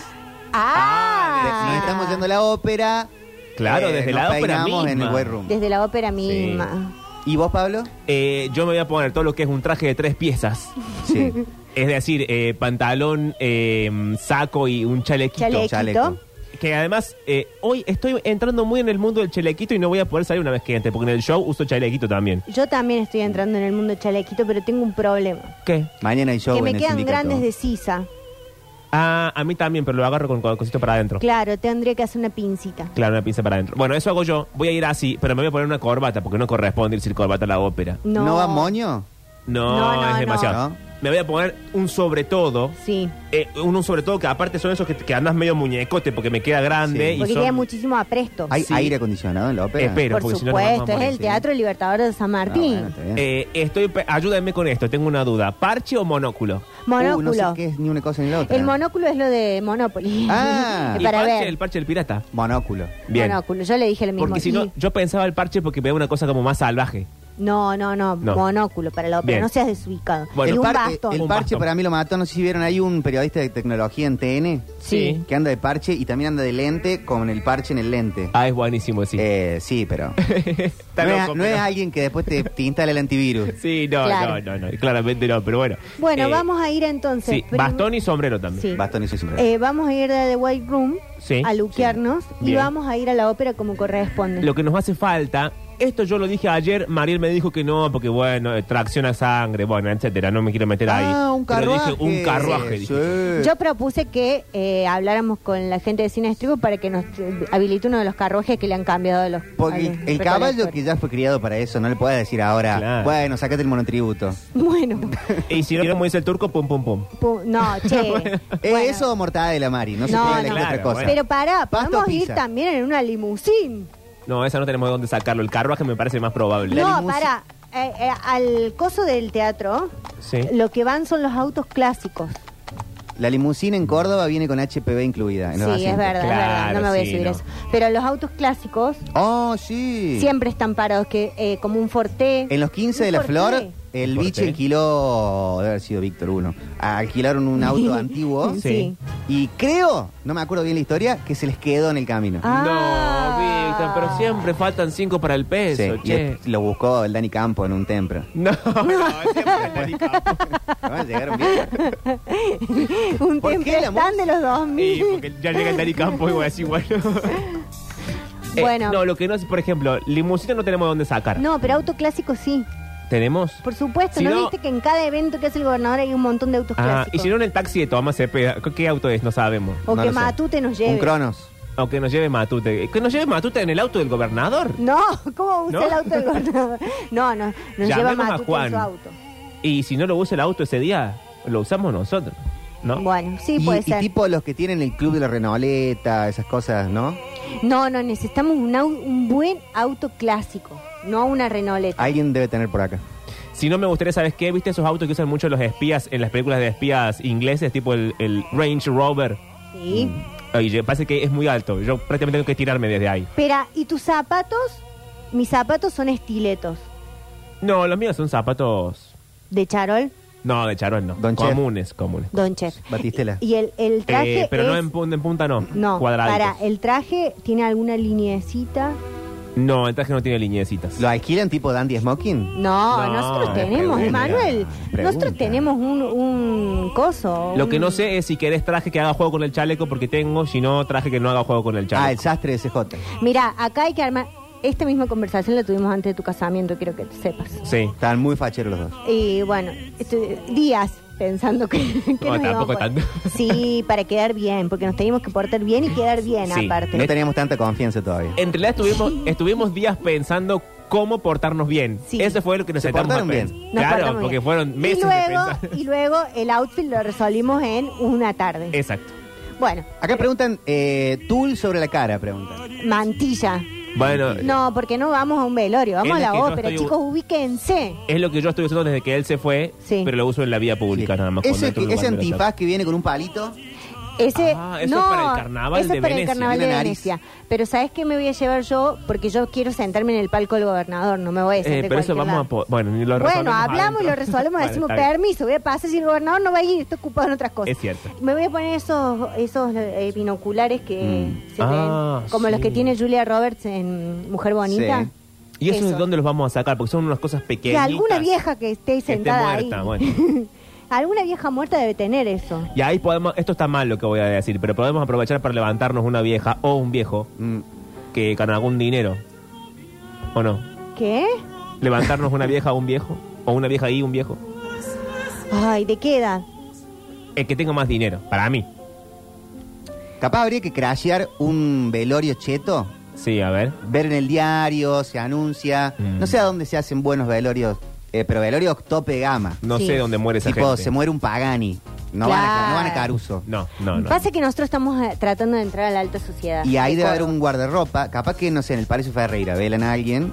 [SPEAKER 2] Ah,
[SPEAKER 1] Nos estamos yendo a la ópera. Eh,
[SPEAKER 3] Claro, desde
[SPEAKER 1] nos
[SPEAKER 3] la ópera
[SPEAKER 1] peinamos en
[SPEAKER 3] misma.
[SPEAKER 1] el White Room.
[SPEAKER 2] desde la ópera
[SPEAKER 1] Sí.
[SPEAKER 2] misma.
[SPEAKER 1] ¿Y vos, Pablo?
[SPEAKER 3] Eh, yo me voy a poner todo lo que es un traje de tres piezas.
[SPEAKER 1] Sí.
[SPEAKER 3] Es decir, eh, pantalón, eh, saco y un chalequito.
[SPEAKER 2] Chalequito.
[SPEAKER 1] Chaleco.
[SPEAKER 3] Que además, eh, hoy estoy entrando muy en el mundo del chalequito y no voy a poder salir una vez que entre, porque en el show uso chalequito también.
[SPEAKER 2] Yo también estoy entrando en el mundo chalequito, pero tengo un problema.
[SPEAKER 3] ¿Qué?
[SPEAKER 1] Mañana hay show
[SPEAKER 2] que
[SPEAKER 1] en
[SPEAKER 2] me
[SPEAKER 1] el
[SPEAKER 2] quedan
[SPEAKER 1] sindicato.
[SPEAKER 2] grandes de sisa.
[SPEAKER 3] Ah, a mí también, pero lo agarro con co- cosito para adentro.
[SPEAKER 2] Claro, tendría que hacer una pincita.
[SPEAKER 3] Claro, una pinza para adentro. Bueno, eso hago yo. Voy a ir así, pero me voy a poner una corbata, porque no corresponde ir sin corbata a la ópera.
[SPEAKER 1] ¿No, va moño?
[SPEAKER 3] No,
[SPEAKER 2] No, no,
[SPEAKER 3] es
[SPEAKER 2] no.
[SPEAKER 3] demasiado.
[SPEAKER 1] No.
[SPEAKER 3] Me voy a poner un sobre todo.
[SPEAKER 2] Sí.
[SPEAKER 3] eh, un, un sobre todo que aparte son esos que, que andas medio muñecote porque me queda grande.
[SPEAKER 1] Sí.
[SPEAKER 3] Y
[SPEAKER 2] Porque
[SPEAKER 3] son-
[SPEAKER 2] queda muchísimo apresto.
[SPEAKER 1] ¿Hay
[SPEAKER 3] Sí.
[SPEAKER 1] aire acondicionado en la ópera?
[SPEAKER 3] Espero. pero
[SPEAKER 2] Por
[SPEAKER 3] porque si no, no
[SPEAKER 2] supuesto,
[SPEAKER 3] vamos a
[SPEAKER 2] es el
[SPEAKER 3] morir,
[SPEAKER 2] Teatro Libertador de San
[SPEAKER 1] Ah,
[SPEAKER 2] Martín.
[SPEAKER 1] bueno, está bien.
[SPEAKER 3] Eh, estoy, pe- ayúdame con esto, tengo una duda. ¿Parche o monóculo?
[SPEAKER 1] Uh,
[SPEAKER 2] monóculo.
[SPEAKER 1] no sé qué es ni una cosa ni la otra.
[SPEAKER 2] el monóculo es lo de Monopoly.
[SPEAKER 1] Ah.
[SPEAKER 2] Es
[SPEAKER 3] ¿Y
[SPEAKER 2] para
[SPEAKER 3] parche,
[SPEAKER 2] ver.
[SPEAKER 3] el parche del pirata?
[SPEAKER 1] Monóculo.
[SPEAKER 3] Bien.
[SPEAKER 2] Monóculo, yo le dije lo mismo.
[SPEAKER 3] Porque si
[SPEAKER 2] Y-
[SPEAKER 3] no, yo pensaba el parche porque veía una cosa como más salvaje.
[SPEAKER 2] no, no, no,
[SPEAKER 3] No.
[SPEAKER 2] monóculo para la ópera,
[SPEAKER 3] Bien.
[SPEAKER 2] no seas desubicado. y
[SPEAKER 3] Bueno.
[SPEAKER 1] el,
[SPEAKER 2] un
[SPEAKER 1] par-
[SPEAKER 2] bastón.
[SPEAKER 1] el
[SPEAKER 3] Un
[SPEAKER 1] parche
[SPEAKER 3] bastón.
[SPEAKER 1] para mí lo mató. No sé si vieron, hay un periodista de tecnología en TN
[SPEAKER 2] Sí.
[SPEAKER 1] que anda de parche y también anda de lente con el parche en el lente.
[SPEAKER 3] Ah, es buenísimo, sí.
[SPEAKER 1] Eh, sí, pero.
[SPEAKER 3] Está
[SPEAKER 1] no, es,
[SPEAKER 3] loco,
[SPEAKER 1] no
[SPEAKER 3] pero-
[SPEAKER 1] es alguien que después te, te instale el antivirus.
[SPEAKER 3] Sí, no,
[SPEAKER 2] Claro.
[SPEAKER 3] no, no, no, claramente no, pero bueno.
[SPEAKER 2] Bueno,
[SPEAKER 3] Eh,
[SPEAKER 2] vamos a ir entonces.
[SPEAKER 3] Sí,
[SPEAKER 2] prim-
[SPEAKER 3] bastón y sombrero también.
[SPEAKER 2] Sí.
[SPEAKER 1] Bastón y su sombrero.
[SPEAKER 2] Eh, vamos a ir a The White Room
[SPEAKER 3] Sí,
[SPEAKER 2] a luquearnos y
[SPEAKER 3] Bien.
[SPEAKER 2] vamos a ir a la ópera como corresponde.
[SPEAKER 3] Lo que nos hace falta, esto yo lo dije ayer, Mariel me dijo que no, porque bueno, eh, tracciona sangre, bueno, etcétera, no me quiero meter ahí.
[SPEAKER 1] Ah, un
[SPEAKER 3] Pero
[SPEAKER 1] carruaje.
[SPEAKER 3] dije un carruaje.
[SPEAKER 1] Sí.
[SPEAKER 3] dije.
[SPEAKER 2] Yo propuse que eh, habláramos con la gente de Cine Estribo para que nos eh, habilite uno de los carruajes que le han cambiado a los. a
[SPEAKER 1] Porque
[SPEAKER 2] los
[SPEAKER 1] el caballo que
[SPEAKER 2] recolectores.
[SPEAKER 1] ya fue criado para eso, no le puedes decir ahora,
[SPEAKER 3] Claro.
[SPEAKER 1] bueno, sacate el monotributo.
[SPEAKER 2] Bueno,
[SPEAKER 3] Y si no, como dice el turco, pum, pum, pum.
[SPEAKER 2] pu- no, che.
[SPEAKER 1] ¿Es
[SPEAKER 2] Bueno,
[SPEAKER 1] eso o mortadela, Mari? No se
[SPEAKER 2] No,
[SPEAKER 1] puede
[SPEAKER 2] no.
[SPEAKER 1] elegir otra
[SPEAKER 3] Claro,
[SPEAKER 1] cosa.
[SPEAKER 3] bueno.
[SPEAKER 2] Pero pará,
[SPEAKER 1] Pasta o
[SPEAKER 2] podemos ir
[SPEAKER 1] pizza.
[SPEAKER 2] también en una limusín.
[SPEAKER 3] No, esa no tenemos de dónde sacarlo. El carruaje me parece más probable.
[SPEAKER 1] La
[SPEAKER 2] No,
[SPEAKER 1] limusín.
[SPEAKER 2] pará. eh, eh, al coso del teatro,
[SPEAKER 3] Sí.
[SPEAKER 2] lo que van son los autos clásicos.
[SPEAKER 1] La limusina en Córdoba viene con HPV incluida. en
[SPEAKER 2] Sí,
[SPEAKER 1] los
[SPEAKER 2] es
[SPEAKER 1] asientos.
[SPEAKER 2] verdad, es verdad. No
[SPEAKER 3] Claro,
[SPEAKER 2] me voy a
[SPEAKER 3] sí,
[SPEAKER 2] subir
[SPEAKER 3] no.
[SPEAKER 2] eso. Pero los autos clásicos
[SPEAKER 1] Oh, sí.
[SPEAKER 2] siempre están parados, que eh, como un forte.
[SPEAKER 1] En los 15 de
[SPEAKER 2] ¿Un
[SPEAKER 1] la
[SPEAKER 2] Forte?
[SPEAKER 1] Flor, el
[SPEAKER 3] ¿Un Forte?
[SPEAKER 1] biche alquiló, debe haber sido Víctor Uno, alquilaron un auto antiguo.
[SPEAKER 2] Sí.
[SPEAKER 1] Y creo, no me acuerdo bien la historia, que se les quedó en el camino.
[SPEAKER 2] Ah.
[SPEAKER 3] No, Víctor, pero siempre faltan cinco para el
[SPEAKER 1] Sí,
[SPEAKER 3] peso,
[SPEAKER 1] y
[SPEAKER 3] che.
[SPEAKER 1] es- lo buscó el Dani Campo en un templo.
[SPEAKER 3] No, no, siempre
[SPEAKER 1] Ah, llegaron bien.
[SPEAKER 2] un
[SPEAKER 1] ¿Por qué
[SPEAKER 2] templo
[SPEAKER 1] la
[SPEAKER 2] están de los 2000.
[SPEAKER 3] Sí, porque ya llega el Dani Campo y voy a decir, bueno. Eh,
[SPEAKER 2] Bueno.
[SPEAKER 3] no, lo que no es, por ejemplo, limusina no tenemos dónde sacar.
[SPEAKER 2] No, pero auto clásico sí.
[SPEAKER 3] ¿Tenemos?
[SPEAKER 2] Por supuesto,
[SPEAKER 3] Si
[SPEAKER 2] ¿no,
[SPEAKER 3] no-
[SPEAKER 2] viste que en cada evento que hace el gobernador hay un montón de autos
[SPEAKER 3] Ah,
[SPEAKER 2] clásicos?
[SPEAKER 3] y si no en el taxi de Tomás Cepeda, ¿qué- ¿qué auto es? No sabemos.
[SPEAKER 2] o
[SPEAKER 1] no
[SPEAKER 2] que
[SPEAKER 1] lo sé.
[SPEAKER 2] Matute nos
[SPEAKER 1] Un
[SPEAKER 2] lleve.
[SPEAKER 1] Cronos.
[SPEAKER 3] O que nos lleve Matute. Que nos lleve Matute en el auto del gobernador.
[SPEAKER 2] No, ¿cómo usa
[SPEAKER 3] ¿No?
[SPEAKER 2] el auto del gobernador? No, no, nos
[SPEAKER 3] Llamemos
[SPEAKER 2] lleva
[SPEAKER 3] a
[SPEAKER 2] Matute en
[SPEAKER 3] Juan.
[SPEAKER 2] su auto.
[SPEAKER 3] Y si no lo usa el auto ese día, lo usamos nosotros. ¿No?
[SPEAKER 2] Bueno, sí,
[SPEAKER 1] y,
[SPEAKER 2] puede
[SPEAKER 1] y
[SPEAKER 2] ser.
[SPEAKER 1] tipo los que tienen el club de la renoleta, esas cosas, ¿no?
[SPEAKER 2] No, no, necesitamos un, au- un buen auto clásico, no una renoleta.
[SPEAKER 1] Alguien debe tener por acá.
[SPEAKER 3] Si no me gustaría, ¿sabes qué? ¿Viste esos autos que usan mucho los espías en las películas de espías ingleses, tipo el, el Range Rover?
[SPEAKER 2] Sí.
[SPEAKER 3] Ay, yo- pasa que es muy alto. Yo prácticamente tengo que tirarme desde ahí.
[SPEAKER 2] Espera, ¿y tus zapatos? Mis zapatos son estiletos.
[SPEAKER 3] No, los míos son zapatos.
[SPEAKER 2] ¿De charol?
[SPEAKER 3] No, de charol no.
[SPEAKER 1] Don Chef.
[SPEAKER 3] comunes, comunes.
[SPEAKER 2] Don Chef.
[SPEAKER 1] Batistela.
[SPEAKER 2] Y el, el traje
[SPEAKER 3] Eh, pero no
[SPEAKER 2] es-
[SPEAKER 3] en, pun- en punta, no.
[SPEAKER 2] No, para, eh.
[SPEAKER 3] Cuadraditos.
[SPEAKER 2] el traje tiene alguna lineecita.
[SPEAKER 3] No, el traje no tiene lineecitas.
[SPEAKER 1] ¿Lo alquilan tipo Dandy Smoking?
[SPEAKER 2] No,
[SPEAKER 3] No,
[SPEAKER 2] nosotros
[SPEAKER 3] me
[SPEAKER 2] tenemos,
[SPEAKER 1] pregunta,
[SPEAKER 2] Manuel,
[SPEAKER 1] pregunta.
[SPEAKER 2] nosotros tenemos un, un coso.
[SPEAKER 3] Lo
[SPEAKER 2] un-
[SPEAKER 3] que no sé es si querés traje que haga juego con el chaleco, porque tengo, si no, traje que no haga juego con el
[SPEAKER 1] Ah, el
[SPEAKER 3] chaleco.
[SPEAKER 1] sastre de CJ.
[SPEAKER 2] Mira, acá hay que armar. Esta misma conversación la tuvimos
[SPEAKER 1] Ah,
[SPEAKER 2] antes de tu casamiento, quiero que sepas.
[SPEAKER 3] sí.
[SPEAKER 1] Están muy facheros los dos.
[SPEAKER 2] Y bueno, esto- días, pensando que, que
[SPEAKER 3] No,
[SPEAKER 2] nos íbamos
[SPEAKER 3] tampoco
[SPEAKER 2] a poner.
[SPEAKER 3] tanto.
[SPEAKER 2] Sí, para quedar bien, porque nos teníamos que portar bien y quedar bien
[SPEAKER 3] Sí.
[SPEAKER 1] No
[SPEAKER 2] aparte.
[SPEAKER 1] teníamos tanta confianza
[SPEAKER 2] Eh,
[SPEAKER 1] todavía.
[SPEAKER 3] En realidad estuvimos, estuvimos días pensando cómo portarnos bien.
[SPEAKER 2] Sí.
[SPEAKER 3] Eso fue lo que nos
[SPEAKER 1] Se
[SPEAKER 3] sentamos a
[SPEAKER 1] portaron bien.
[SPEAKER 3] pensar.
[SPEAKER 2] Nos
[SPEAKER 3] Claro,
[SPEAKER 2] portamos
[SPEAKER 3] porque
[SPEAKER 2] bien.
[SPEAKER 3] fueron meses
[SPEAKER 2] y
[SPEAKER 3] de
[SPEAKER 2] luego,
[SPEAKER 3] pensar.
[SPEAKER 2] y luego el outfit lo resolvimos en una tarde.
[SPEAKER 3] Exacto.
[SPEAKER 2] Bueno,
[SPEAKER 1] Acá preguntan, eh, tul sobre la cara, preguntan.
[SPEAKER 2] mantilla.
[SPEAKER 3] Bueno,
[SPEAKER 2] No, porque no vamos a un velorio, vamos a
[SPEAKER 3] Es
[SPEAKER 2] la
[SPEAKER 3] lo que yo
[SPEAKER 2] ópera,
[SPEAKER 3] estoy-
[SPEAKER 2] chicos, ubíquense.
[SPEAKER 3] es lo que yo estoy usando desde que él se fue,
[SPEAKER 2] Sí.
[SPEAKER 3] pero lo uso en la vía pública nada más. cuando
[SPEAKER 1] Ese,
[SPEAKER 3] entro a un
[SPEAKER 1] ese
[SPEAKER 3] este lugar de la
[SPEAKER 1] antifaz que viene con un palito.
[SPEAKER 2] Ese,
[SPEAKER 3] Ah, eso
[SPEAKER 2] no,
[SPEAKER 3] es para el carnaval
[SPEAKER 2] eso
[SPEAKER 3] de
[SPEAKER 2] es para
[SPEAKER 3] Venecia.
[SPEAKER 2] el carnaval de
[SPEAKER 1] Una nariz.
[SPEAKER 2] Venecia. Pero ¿sabes qué me voy a llevar yo? Porque yo quiero sentarme en el palco del gobernador, no me voy a
[SPEAKER 3] Eh,
[SPEAKER 2] sentar
[SPEAKER 3] pero eso
[SPEAKER 2] cualquier
[SPEAKER 3] vamos
[SPEAKER 2] lado.
[SPEAKER 3] a. po- Bueno, ni lo
[SPEAKER 2] Bueno,
[SPEAKER 3] resolvemos
[SPEAKER 2] hablamos y lo
[SPEAKER 3] adentro.
[SPEAKER 2] resolvemos,
[SPEAKER 3] Bueno,
[SPEAKER 2] decimos
[SPEAKER 3] está bien.
[SPEAKER 2] permiso, voy a pasar si el gobernador no va a ir, está ocupado en otras cosas.
[SPEAKER 3] Es cierto.
[SPEAKER 2] Me voy a poner esos, esos eh, binoculares que se
[SPEAKER 3] Ah,
[SPEAKER 2] ven, como los
[SPEAKER 3] sí.
[SPEAKER 2] que tiene Julia Roberts en Mujer Bonita.
[SPEAKER 1] Sí.
[SPEAKER 3] ¿Y eso, de
[SPEAKER 2] Eso.
[SPEAKER 3] dónde los vamos a sacar? Porque son unas cosas
[SPEAKER 2] Que
[SPEAKER 3] pequeñas.
[SPEAKER 2] alguna vieja que esté
[SPEAKER 3] esté
[SPEAKER 2] sentada
[SPEAKER 3] muerta,
[SPEAKER 2] ahí.
[SPEAKER 3] bueno.
[SPEAKER 2] alguna vieja muerta debe tener eso.
[SPEAKER 3] Y ahí podemos. Esto está mal lo que voy a decir, pero podemos aprovechar para levantarnos una vieja o un viejo
[SPEAKER 1] Mm,
[SPEAKER 3] que con algún dinero. ¿O no?
[SPEAKER 2] ¿Qué?
[SPEAKER 3] Levantarnos una vieja o un viejo. O una vieja y un viejo.
[SPEAKER 2] Ay, ¿de qué edad?
[SPEAKER 3] El que tenga más dinero, para mí.
[SPEAKER 1] Capaz habría que crashear un velorio cheto,
[SPEAKER 3] Sí, a ver.
[SPEAKER 1] ver en el diario, se anuncia.
[SPEAKER 3] Mm.
[SPEAKER 1] No sé a dónde se hacen buenos velorios, eh, pero velorios tope gama.
[SPEAKER 3] No
[SPEAKER 2] Sí.
[SPEAKER 3] sé dónde muere Mm, esa
[SPEAKER 1] tipo,
[SPEAKER 3] gente.
[SPEAKER 1] se muere un Pagani. No, van a,
[SPEAKER 2] Claro.
[SPEAKER 1] no van a Caruso.
[SPEAKER 3] No, no, no.
[SPEAKER 2] Pasa que nosotros estamos eh, tratando de entrar a la alta sociedad.
[SPEAKER 1] Y ahí
[SPEAKER 2] De
[SPEAKER 1] debe haber
[SPEAKER 2] Córdoba.
[SPEAKER 1] un guardarropa. Capaz que, no sé, en el Palacio Ferreira velan a alguien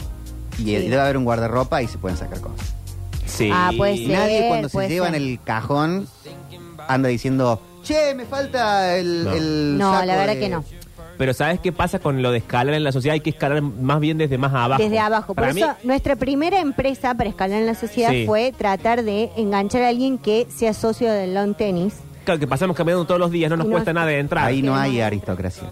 [SPEAKER 1] y
[SPEAKER 2] Sí.
[SPEAKER 1] debe haber un guardarropa y se pueden sacar cosas.
[SPEAKER 3] Sí.
[SPEAKER 2] Ah, puede
[SPEAKER 1] Y
[SPEAKER 2] ser.
[SPEAKER 1] nadie cuando se
[SPEAKER 2] puede
[SPEAKER 1] llevan
[SPEAKER 2] ser.
[SPEAKER 1] el cajón anda diciendo, che, me falta el...
[SPEAKER 3] No.
[SPEAKER 1] el
[SPEAKER 2] No,
[SPEAKER 1] saco
[SPEAKER 2] la verdad
[SPEAKER 1] de-".
[SPEAKER 2] que no.
[SPEAKER 3] Pero ¿sabes qué pasa con lo de escalar en la sociedad? Hay que escalar más bien desde más abajo.
[SPEAKER 2] Desde abajo. Por
[SPEAKER 3] Para mí,
[SPEAKER 2] eso, nuestra primera empresa para escalar en la sociedad
[SPEAKER 3] Sí.
[SPEAKER 2] fue tratar de enganchar a alguien que sea socio del lawn tenis.
[SPEAKER 3] claro, que pasamos caminando todos los días, no nos
[SPEAKER 2] No.
[SPEAKER 3] cuesta nada de entrar.
[SPEAKER 1] Ahí no hay aristocracia.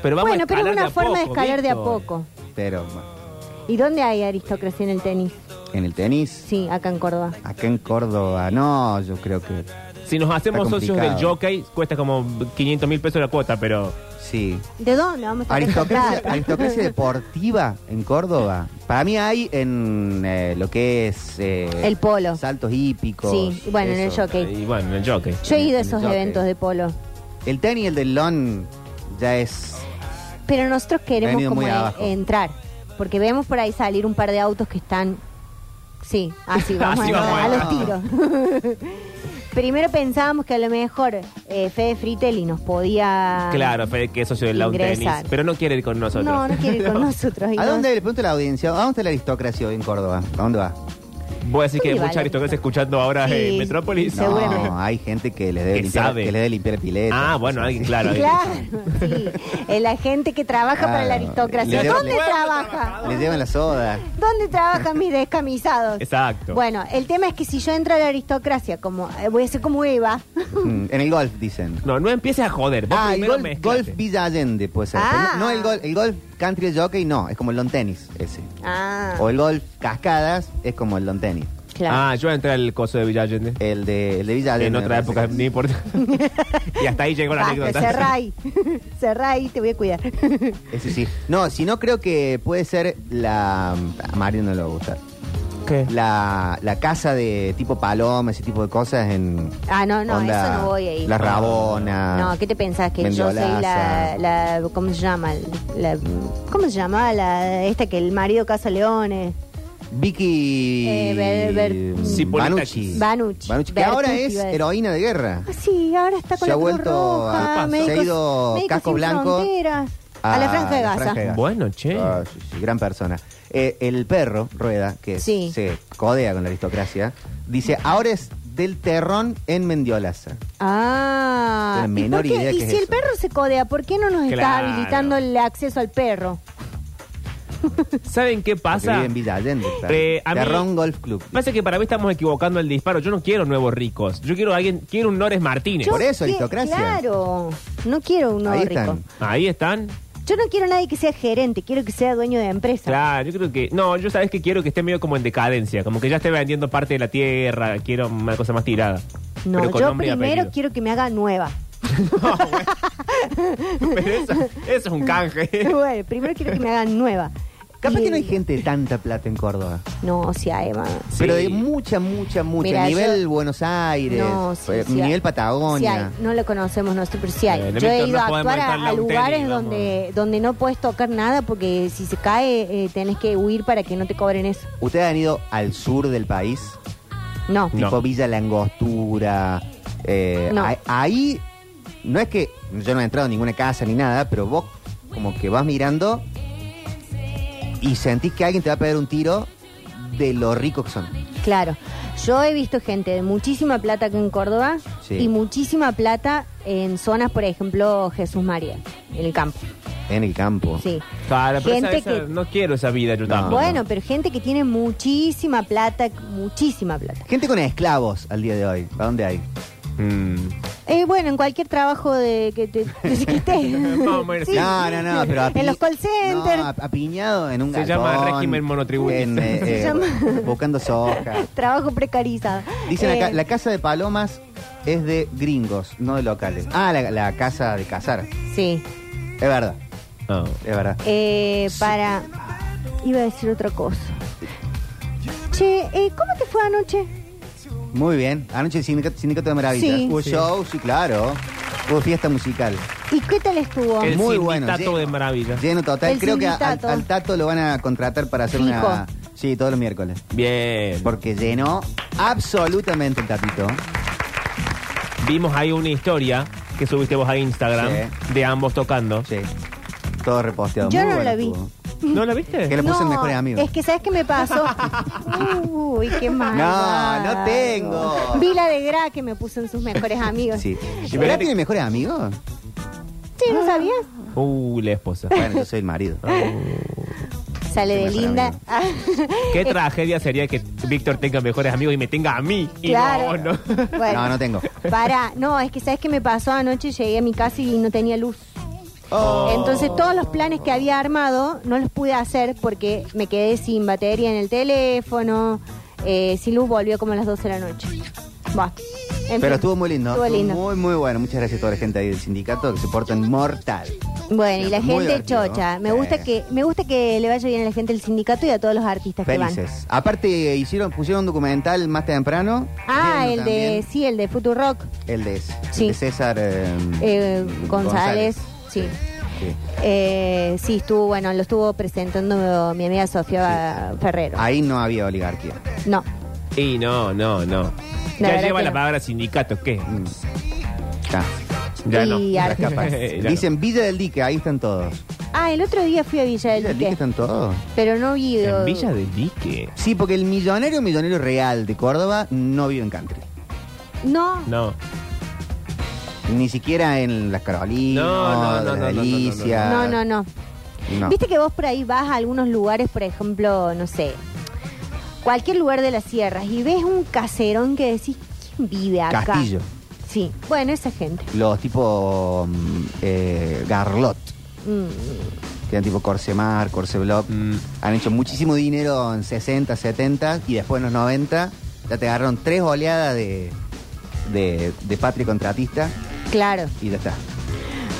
[SPEAKER 3] Pero vamos
[SPEAKER 2] bueno,
[SPEAKER 3] a
[SPEAKER 2] pero es
[SPEAKER 3] escalar
[SPEAKER 2] una
[SPEAKER 3] a
[SPEAKER 2] forma de
[SPEAKER 3] poco,
[SPEAKER 2] escalar de a
[SPEAKER 3] Víctor.
[SPEAKER 2] poco.
[SPEAKER 1] Pero bueno,
[SPEAKER 2] ¿Y dónde hay aristocracia en el tenis?
[SPEAKER 1] en el tenis,
[SPEAKER 2] Sí, acá en Córdoba.
[SPEAKER 1] acá en Córdoba, no, yo creo que
[SPEAKER 3] Si nos hacemos
[SPEAKER 1] Está
[SPEAKER 3] socios del
[SPEAKER 1] complicado.
[SPEAKER 3] jockey, cuesta como 500 mil pesos la cuota, pero
[SPEAKER 1] sí.
[SPEAKER 2] ¿De dónde vamos a sacar esa
[SPEAKER 1] Aristocracia,
[SPEAKER 2] plata?
[SPEAKER 1] aristocracia deportiva en Córdoba. Para mí hay en eh, lo que es... eh,
[SPEAKER 2] El polo.
[SPEAKER 1] Saltos hípicos.
[SPEAKER 2] Sí, y bueno, en el
[SPEAKER 1] eso.
[SPEAKER 2] jockey.
[SPEAKER 3] eh, y bueno, el jockey.
[SPEAKER 2] Yo he ido
[SPEAKER 1] en
[SPEAKER 2] a
[SPEAKER 1] el
[SPEAKER 2] esos
[SPEAKER 1] jockey.
[SPEAKER 2] eventos de polo.
[SPEAKER 1] El tenis y el del lon ya es.
[SPEAKER 2] Pero nosotros queremos
[SPEAKER 1] Venido
[SPEAKER 2] como
[SPEAKER 1] muy
[SPEAKER 2] e-
[SPEAKER 1] abajo.
[SPEAKER 2] entrar. Porque vemos por ahí salir un par de autos que están. Sí, así vamos,
[SPEAKER 3] Así
[SPEAKER 2] a,
[SPEAKER 3] vamos
[SPEAKER 2] a
[SPEAKER 3] a
[SPEAKER 2] los tiros. Primero pensábamos que a lo mejor eh, Fede Fritelli nos podía.
[SPEAKER 3] Claro, Fede, que es socio del lawn tenis.
[SPEAKER 2] Ah. Ingresar.
[SPEAKER 3] Pero no quiere ir con nosotros.
[SPEAKER 2] No, no quiere ir con nosotros. y
[SPEAKER 1] ¿A
[SPEAKER 2] no-
[SPEAKER 1] dónde le pregunto a la audiencia? ¿A dónde está la aristocracia hoy en Córdoba? ¿A dónde va?
[SPEAKER 3] Voy a decir que hay
[SPEAKER 2] Sí,
[SPEAKER 3] mucha
[SPEAKER 2] vale.
[SPEAKER 3] aristocracia escuchando ahora
[SPEAKER 2] Sí,
[SPEAKER 3] en Metrópolis.
[SPEAKER 2] No. seguramente.
[SPEAKER 1] No, hay gente que les debe
[SPEAKER 3] Que
[SPEAKER 1] limpiar,
[SPEAKER 3] sabe.
[SPEAKER 1] que les debe limpiar piletas.
[SPEAKER 3] Ah, bueno, alguien, claro. alguien.
[SPEAKER 2] Claro, sí. Eh, La gente que trabaja para la
[SPEAKER 1] Claro.
[SPEAKER 2] aristocracia.
[SPEAKER 1] Le llevo-
[SPEAKER 2] ¿Dónde
[SPEAKER 3] Pueblo
[SPEAKER 2] trabaja?
[SPEAKER 3] trabajador.
[SPEAKER 1] Les llevan la soda.
[SPEAKER 2] ¿Dónde trabajan mis descamisados?
[SPEAKER 3] Exacto.
[SPEAKER 2] Bueno, el tema es que si yo entro a la aristocracia, como eh, voy a ser como Eva.
[SPEAKER 1] Mm, en el golf, dicen.
[SPEAKER 3] No, no empieces a joder. Vos
[SPEAKER 1] Ah, el
[SPEAKER 3] primero
[SPEAKER 1] golf,
[SPEAKER 3] mezclate.
[SPEAKER 1] golf Villa Allende, puede ser.
[SPEAKER 2] Ah.
[SPEAKER 1] Pero No, no el, golf, el golf country jockey, no. Es como el lawn tenis, ese.
[SPEAKER 2] Ah,
[SPEAKER 1] O el golf cascadas, es como el lawn tenis.
[SPEAKER 2] claro.
[SPEAKER 3] Ah, yo entré al coso de Villa Allende.
[SPEAKER 1] El de, el de Villa
[SPEAKER 3] En
[SPEAKER 1] Allende.
[SPEAKER 3] otra
[SPEAKER 1] me parece
[SPEAKER 3] época,
[SPEAKER 1] que
[SPEAKER 3] ni importa. y hasta ahí llegó la
[SPEAKER 2] Basta,
[SPEAKER 3] anécdota.
[SPEAKER 2] cerrá ahí. Cerrá ahí, te voy a cuidar.
[SPEAKER 1] Ese sí. No, si no creo que puede ser la... A Mario no le va a gustar.
[SPEAKER 3] ¿Qué?
[SPEAKER 1] la, la casa de tipo paloma, ese tipo de cosas en.
[SPEAKER 2] Ah, no, no,
[SPEAKER 1] onda,
[SPEAKER 2] eso no voy ahí.
[SPEAKER 1] La rabona.
[SPEAKER 2] No, ¿qué te pensás? Que yo soy
[SPEAKER 1] Mendiolaza.
[SPEAKER 2] la, la- ¿Cómo se llama? La- ¿Cómo se llama? La, esta que el marido casa leones.
[SPEAKER 1] Vicky.
[SPEAKER 2] Eh, Ber- Ber-
[SPEAKER 1] Banucci.
[SPEAKER 3] Sí, Politakis.
[SPEAKER 2] Banucci.
[SPEAKER 1] Banucci, Que ahora
[SPEAKER 2] Bertucci,
[SPEAKER 1] es
[SPEAKER 2] iba a decir.
[SPEAKER 1] heroína de guerra.
[SPEAKER 2] Ah, sí, ahora está
[SPEAKER 1] Se
[SPEAKER 2] con la
[SPEAKER 1] ha
[SPEAKER 2] Cruz
[SPEAKER 1] vuelto
[SPEAKER 2] Roja,
[SPEAKER 1] a-
[SPEAKER 2] médicos-
[SPEAKER 1] se ha ido
[SPEAKER 2] médicos
[SPEAKER 1] casco
[SPEAKER 2] sin
[SPEAKER 1] blanco
[SPEAKER 2] fronteras, a, la Franja de
[SPEAKER 1] la
[SPEAKER 2] Gaza.
[SPEAKER 1] Franja de
[SPEAKER 3] Bueno, che.
[SPEAKER 1] Ah, sí, sí, gran persona. Eh, el perro, Rueda, que
[SPEAKER 2] Sí.
[SPEAKER 1] se codea con la aristocracia, dice: Ahora es del terrón en Mendiolaza.
[SPEAKER 2] Ah,
[SPEAKER 1] Tengo la
[SPEAKER 2] ¿y
[SPEAKER 1] menor
[SPEAKER 2] por qué?
[SPEAKER 1] idea
[SPEAKER 2] ¿Y
[SPEAKER 1] que es
[SPEAKER 2] si el
[SPEAKER 1] eso.
[SPEAKER 2] perro se codea, por qué no nos está
[SPEAKER 3] Claro.
[SPEAKER 2] habilitando el acceso al perro?
[SPEAKER 3] ¿Saben
[SPEAKER 1] Que
[SPEAKER 3] qué
[SPEAKER 1] vive
[SPEAKER 3] pasa?
[SPEAKER 1] en Villa Allende. claro.
[SPEAKER 3] Eh, a mí-
[SPEAKER 1] Terrón Golf Club.
[SPEAKER 3] Pasa que para mí estamos equivocando el disparo. Yo no quiero nuevos ricos. Yo quiero a alguien, quiero un Nores Martínez. e-
[SPEAKER 2] Yo
[SPEAKER 1] Por eso,
[SPEAKER 2] que-
[SPEAKER 1] aristocracia.
[SPEAKER 2] Claro, no quiero uno
[SPEAKER 1] Ahí
[SPEAKER 2] rico.
[SPEAKER 1] están.
[SPEAKER 3] Ahí están.
[SPEAKER 2] Yo no quiero nadie que sea gerente, quiero que sea dueño de empresa.
[SPEAKER 3] Claro, yo creo que. No, yo sabes que quiero que esté medio como en decadencia. Como que ya esté vendiendo parte de la tierra. Quiero una cosa más tirada.
[SPEAKER 2] No,
[SPEAKER 3] Pero con
[SPEAKER 2] yo
[SPEAKER 3] nombre y
[SPEAKER 2] primero
[SPEAKER 3] apellido.
[SPEAKER 2] quiero que me haga nueva.
[SPEAKER 3] Pero eso, eso es un canje.
[SPEAKER 2] bueno, primero quiero que me hagan nueva.
[SPEAKER 1] Capaz
[SPEAKER 2] Y-
[SPEAKER 1] que no hay gente de tanta plata en Córdoba.
[SPEAKER 2] No, o sea, Emma.
[SPEAKER 3] Sí.
[SPEAKER 1] Pero de mucha, mucha, mucha.
[SPEAKER 2] Mira,
[SPEAKER 1] nivel
[SPEAKER 2] yo-
[SPEAKER 1] Buenos Aires,
[SPEAKER 2] No, sí,
[SPEAKER 1] eh,
[SPEAKER 2] sí hay.
[SPEAKER 1] nivel
[SPEAKER 2] Sí
[SPEAKER 1] Patagonia.
[SPEAKER 2] hay, no lo conocemos nosotros, pero sí hay.
[SPEAKER 3] Eh,
[SPEAKER 2] Yo he
[SPEAKER 3] Víctor,
[SPEAKER 2] ido
[SPEAKER 3] no
[SPEAKER 2] a
[SPEAKER 3] podemos
[SPEAKER 2] actuar a,
[SPEAKER 3] entrarle a
[SPEAKER 2] a
[SPEAKER 3] un
[SPEAKER 2] lugares
[SPEAKER 3] tenis, vamos.
[SPEAKER 2] donde, donde no puedes tocar nada porque si se cae eh, tenés que huir para que no te cobren eso.
[SPEAKER 1] ¿Ustedes han ido al sur del país?
[SPEAKER 2] No.
[SPEAKER 3] No.
[SPEAKER 1] Tipo Villa Langostura. eh,
[SPEAKER 2] No.
[SPEAKER 1] a- Ahí, no es que yo no he entrado en ninguna casa ni nada, pero vos como que vas mirando y sentís que alguien te va a pegar un tiro de lo rico que son.
[SPEAKER 2] Claro. Yo he visto gente de muchísima plata acá en Córdoba
[SPEAKER 1] Sí.
[SPEAKER 2] y muchísima plata en zonas, por ejemplo, Jesús María, en el campo.
[SPEAKER 1] En el campo.
[SPEAKER 2] Sí.
[SPEAKER 3] Claro, pero esa-
[SPEAKER 2] Gente
[SPEAKER 3] esa-
[SPEAKER 2] que-
[SPEAKER 3] no quiero esa vida yo
[SPEAKER 1] No.
[SPEAKER 3] tampoco.
[SPEAKER 2] Ah, Bueno, pero gente que tiene muchísima plata, muchísima plata.
[SPEAKER 1] Gente con esclavos al día de hoy. ¿A dónde hay?
[SPEAKER 3] Mm.
[SPEAKER 2] Eh, bueno, en cualquier trabajo de que te de que estés.
[SPEAKER 3] Vamos a ver.
[SPEAKER 2] Sí.
[SPEAKER 1] No, no, no, pero api-
[SPEAKER 2] En los call centers.
[SPEAKER 1] No, ap- apiñado en un
[SPEAKER 3] Se
[SPEAKER 1] galpón,
[SPEAKER 3] llama régimen monotributista.
[SPEAKER 1] en, eh,
[SPEAKER 2] Se
[SPEAKER 1] eh,
[SPEAKER 2] llama-
[SPEAKER 1] Buscando soja.
[SPEAKER 2] Trabajo precarizado.
[SPEAKER 1] Dicen acá,
[SPEAKER 2] Eh,
[SPEAKER 1] la casa de palomas es de gringos, no de locales. Ah, la, la casa de cazar.
[SPEAKER 2] Sí.
[SPEAKER 1] Es verdad,
[SPEAKER 3] No.
[SPEAKER 1] es verdad.
[SPEAKER 2] Eh, para. Iba a decir otra cosa. Che, eh, ¿cómo te fue anoche?
[SPEAKER 1] Muy bien. Anoche el sindicato, Sindicato de Maravillas.
[SPEAKER 2] Sí.
[SPEAKER 1] Hubo
[SPEAKER 3] Sí.
[SPEAKER 1] show, sí, claro. Hubo fiesta musical.
[SPEAKER 2] ¿Y qué tal estuvo?
[SPEAKER 3] El
[SPEAKER 1] Muy
[SPEAKER 3] Muy
[SPEAKER 1] bueno,
[SPEAKER 3] de
[SPEAKER 1] lleno.
[SPEAKER 3] maravilla.
[SPEAKER 1] Lleno total.
[SPEAKER 2] El
[SPEAKER 1] Creo que a- al,
[SPEAKER 2] sindicato.
[SPEAKER 1] al Tato lo van a contratar para hacer una... Sí, todos los miércoles.
[SPEAKER 3] Bien.
[SPEAKER 1] Porque llenó absolutamente el Tatito.
[SPEAKER 3] Vimos ahí una historia que subiste vos a Instagram
[SPEAKER 1] Sí.
[SPEAKER 3] de ambos tocando.
[SPEAKER 1] Sí. Todo reposteado.
[SPEAKER 2] Yo
[SPEAKER 1] Muy
[SPEAKER 2] no
[SPEAKER 1] bueno
[SPEAKER 2] la vi.
[SPEAKER 1] estuvo.
[SPEAKER 3] ¿No la viste?
[SPEAKER 1] Que le puse
[SPEAKER 2] No,
[SPEAKER 1] en mejores amigos.
[SPEAKER 2] Es que ¿sabes qué me pasó? Uy, qué mal.
[SPEAKER 1] No, no tengo.
[SPEAKER 2] Vi la de Gra que me puso en sus mejores amigos.
[SPEAKER 1] Sí.
[SPEAKER 3] Y
[SPEAKER 1] ¿Verdad
[SPEAKER 3] fíjate-
[SPEAKER 1] tiene mejores amigos?
[SPEAKER 2] Che,
[SPEAKER 1] Ah.
[SPEAKER 2] ¿no sabías?
[SPEAKER 3] Uh, la esposa.
[SPEAKER 1] Bueno, yo soy el marido.
[SPEAKER 3] Ah,
[SPEAKER 2] Sale
[SPEAKER 1] Sí,
[SPEAKER 2] de
[SPEAKER 1] mejor
[SPEAKER 2] linda.
[SPEAKER 1] amigo.
[SPEAKER 2] Ah,
[SPEAKER 3] Qué tragedia sería que Víctor tenga mejores amigos y me tenga a mí y
[SPEAKER 2] claro.
[SPEAKER 3] no a vos, ¿no?
[SPEAKER 2] Bueno,
[SPEAKER 1] No, no tengo.
[SPEAKER 2] Para, no, es que ¿sabes qué me pasó? Anoche llegué a mi casa y no tenía luz.
[SPEAKER 1] Oh.
[SPEAKER 2] Entonces todos los planes que había armado no los pude hacer porque me quedé sin batería en el teléfono. Eh, sin luz volvió como a las 12 de la noche. Va. En fin,
[SPEAKER 1] Pero estuvo muy lindo.
[SPEAKER 2] Estuvo lindo.
[SPEAKER 1] Muy, muy bueno. Muchas gracias a toda la gente ahí del sindicato que se portan mortal.
[SPEAKER 2] Bueno, y la
[SPEAKER 1] Muy
[SPEAKER 2] gente
[SPEAKER 1] divertido,
[SPEAKER 2] chocha.
[SPEAKER 1] ¿no?
[SPEAKER 2] Me
[SPEAKER 1] Sí.
[SPEAKER 2] gusta que me gusta que le vaya bien a la gente del sindicato y a todos los artistas que van.
[SPEAKER 1] Felices. Aparte, hicieron, pusieron un documental más temprano.
[SPEAKER 2] Ah,
[SPEAKER 1] Lleno
[SPEAKER 2] el de
[SPEAKER 1] también.
[SPEAKER 2] sí, el de Futurock
[SPEAKER 1] El de, ese, el
[SPEAKER 2] Sí.
[SPEAKER 1] de César eh,
[SPEAKER 2] eh, González, sí.
[SPEAKER 1] Sí.
[SPEAKER 2] Eh, sí, estuvo bueno, lo estuvo presentando mi amiga Sofía Ferrero.
[SPEAKER 1] Ahí no había oligarquía.
[SPEAKER 2] No.
[SPEAKER 3] Y no, no, no.
[SPEAKER 2] La
[SPEAKER 3] Ya
[SPEAKER 2] verdad
[SPEAKER 3] lleva
[SPEAKER 2] que
[SPEAKER 3] la
[SPEAKER 2] no.
[SPEAKER 3] palabra sindicato, ¿qué?
[SPEAKER 1] Mm. Ya,
[SPEAKER 3] Ya no.
[SPEAKER 2] Y
[SPEAKER 1] ya
[SPEAKER 2] arte.
[SPEAKER 1] capaz.
[SPEAKER 3] Ya
[SPEAKER 1] Dicen Villa del Dique, ahí están todos.
[SPEAKER 2] Ah, el otro día fui a
[SPEAKER 1] Villa
[SPEAKER 2] Villa
[SPEAKER 1] del
[SPEAKER 2] del
[SPEAKER 1] Dique
[SPEAKER 2] Dique,
[SPEAKER 1] están todos.
[SPEAKER 2] pero no vi.
[SPEAKER 3] no.
[SPEAKER 2] eh,
[SPEAKER 3] En Villa del Dique.
[SPEAKER 1] Sí, porque el millonario, millonario real de Córdoba no vive en country.
[SPEAKER 2] No.
[SPEAKER 3] No.
[SPEAKER 1] Ni siquiera en las Carolinas,
[SPEAKER 3] No, no, no,
[SPEAKER 1] en las
[SPEAKER 3] no, no, no, no,
[SPEAKER 1] Delicias.
[SPEAKER 2] No, no, no.
[SPEAKER 1] Ah, No.
[SPEAKER 2] Viste que vos por ahí vas a algunos lugares, por ejemplo, no sé, cualquier lugar de las sierras y ves un caserón que decís, ¿quién vive acá?
[SPEAKER 1] Castillo.
[SPEAKER 2] Sí, bueno, esa gente.
[SPEAKER 1] Los tipo mm, eh, Garlot,
[SPEAKER 2] Mm,
[SPEAKER 1] que eran tipo Corsemar, Corseblock.
[SPEAKER 3] Mm.
[SPEAKER 1] Han hecho muchísimo dinero en 60, 70 y después en los 90 ya te agarraron tres oleadas de, de, de patria contratista
[SPEAKER 2] claro.
[SPEAKER 1] y ya está.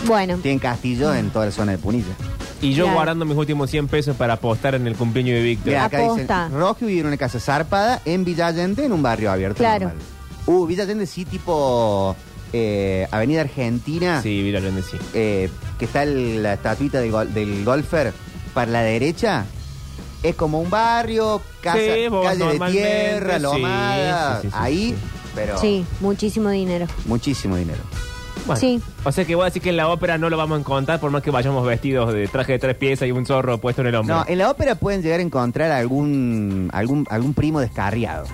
[SPEAKER 2] Bueno,
[SPEAKER 1] Tienen castillo en toda la zona de Punilla.
[SPEAKER 3] Y yo
[SPEAKER 2] Claro.
[SPEAKER 3] guardando mis últimos 100 pesos para apostar en el cumpleaños de Víctor.
[SPEAKER 1] Mira, acá dicen,
[SPEAKER 2] Aposta.
[SPEAKER 1] Rocky vive en una casa zarpada en Villa Allende, en un barrio abierto.
[SPEAKER 2] Claro.
[SPEAKER 1] normal. Uh, Villa Allende sí, tipo eh, Avenida Argentina,
[SPEAKER 3] Sí, Villa del Dique, sí.
[SPEAKER 1] eh, que está el- la estatuita del, gol- del golfer para la derecha. Es como un barrio, casa,
[SPEAKER 3] Sí, vos
[SPEAKER 1] calle de
[SPEAKER 3] normalmente,
[SPEAKER 1] tierra,
[SPEAKER 3] sí,
[SPEAKER 1] lomada,
[SPEAKER 3] sí, sí, sí,
[SPEAKER 1] ahí,
[SPEAKER 3] sí.
[SPEAKER 1] pero
[SPEAKER 2] sí, muchísimo dinero.
[SPEAKER 1] muchísimo dinero.
[SPEAKER 3] Bueno,
[SPEAKER 2] Sí.
[SPEAKER 3] O sea que voy a decir que en la ópera no lo vamos a encontrar por más que vayamos vestidos de traje de tres piezas y un zorro puesto en el hombro.
[SPEAKER 1] No, en la ópera pueden llegar a encontrar algún algún algún primo descarriado.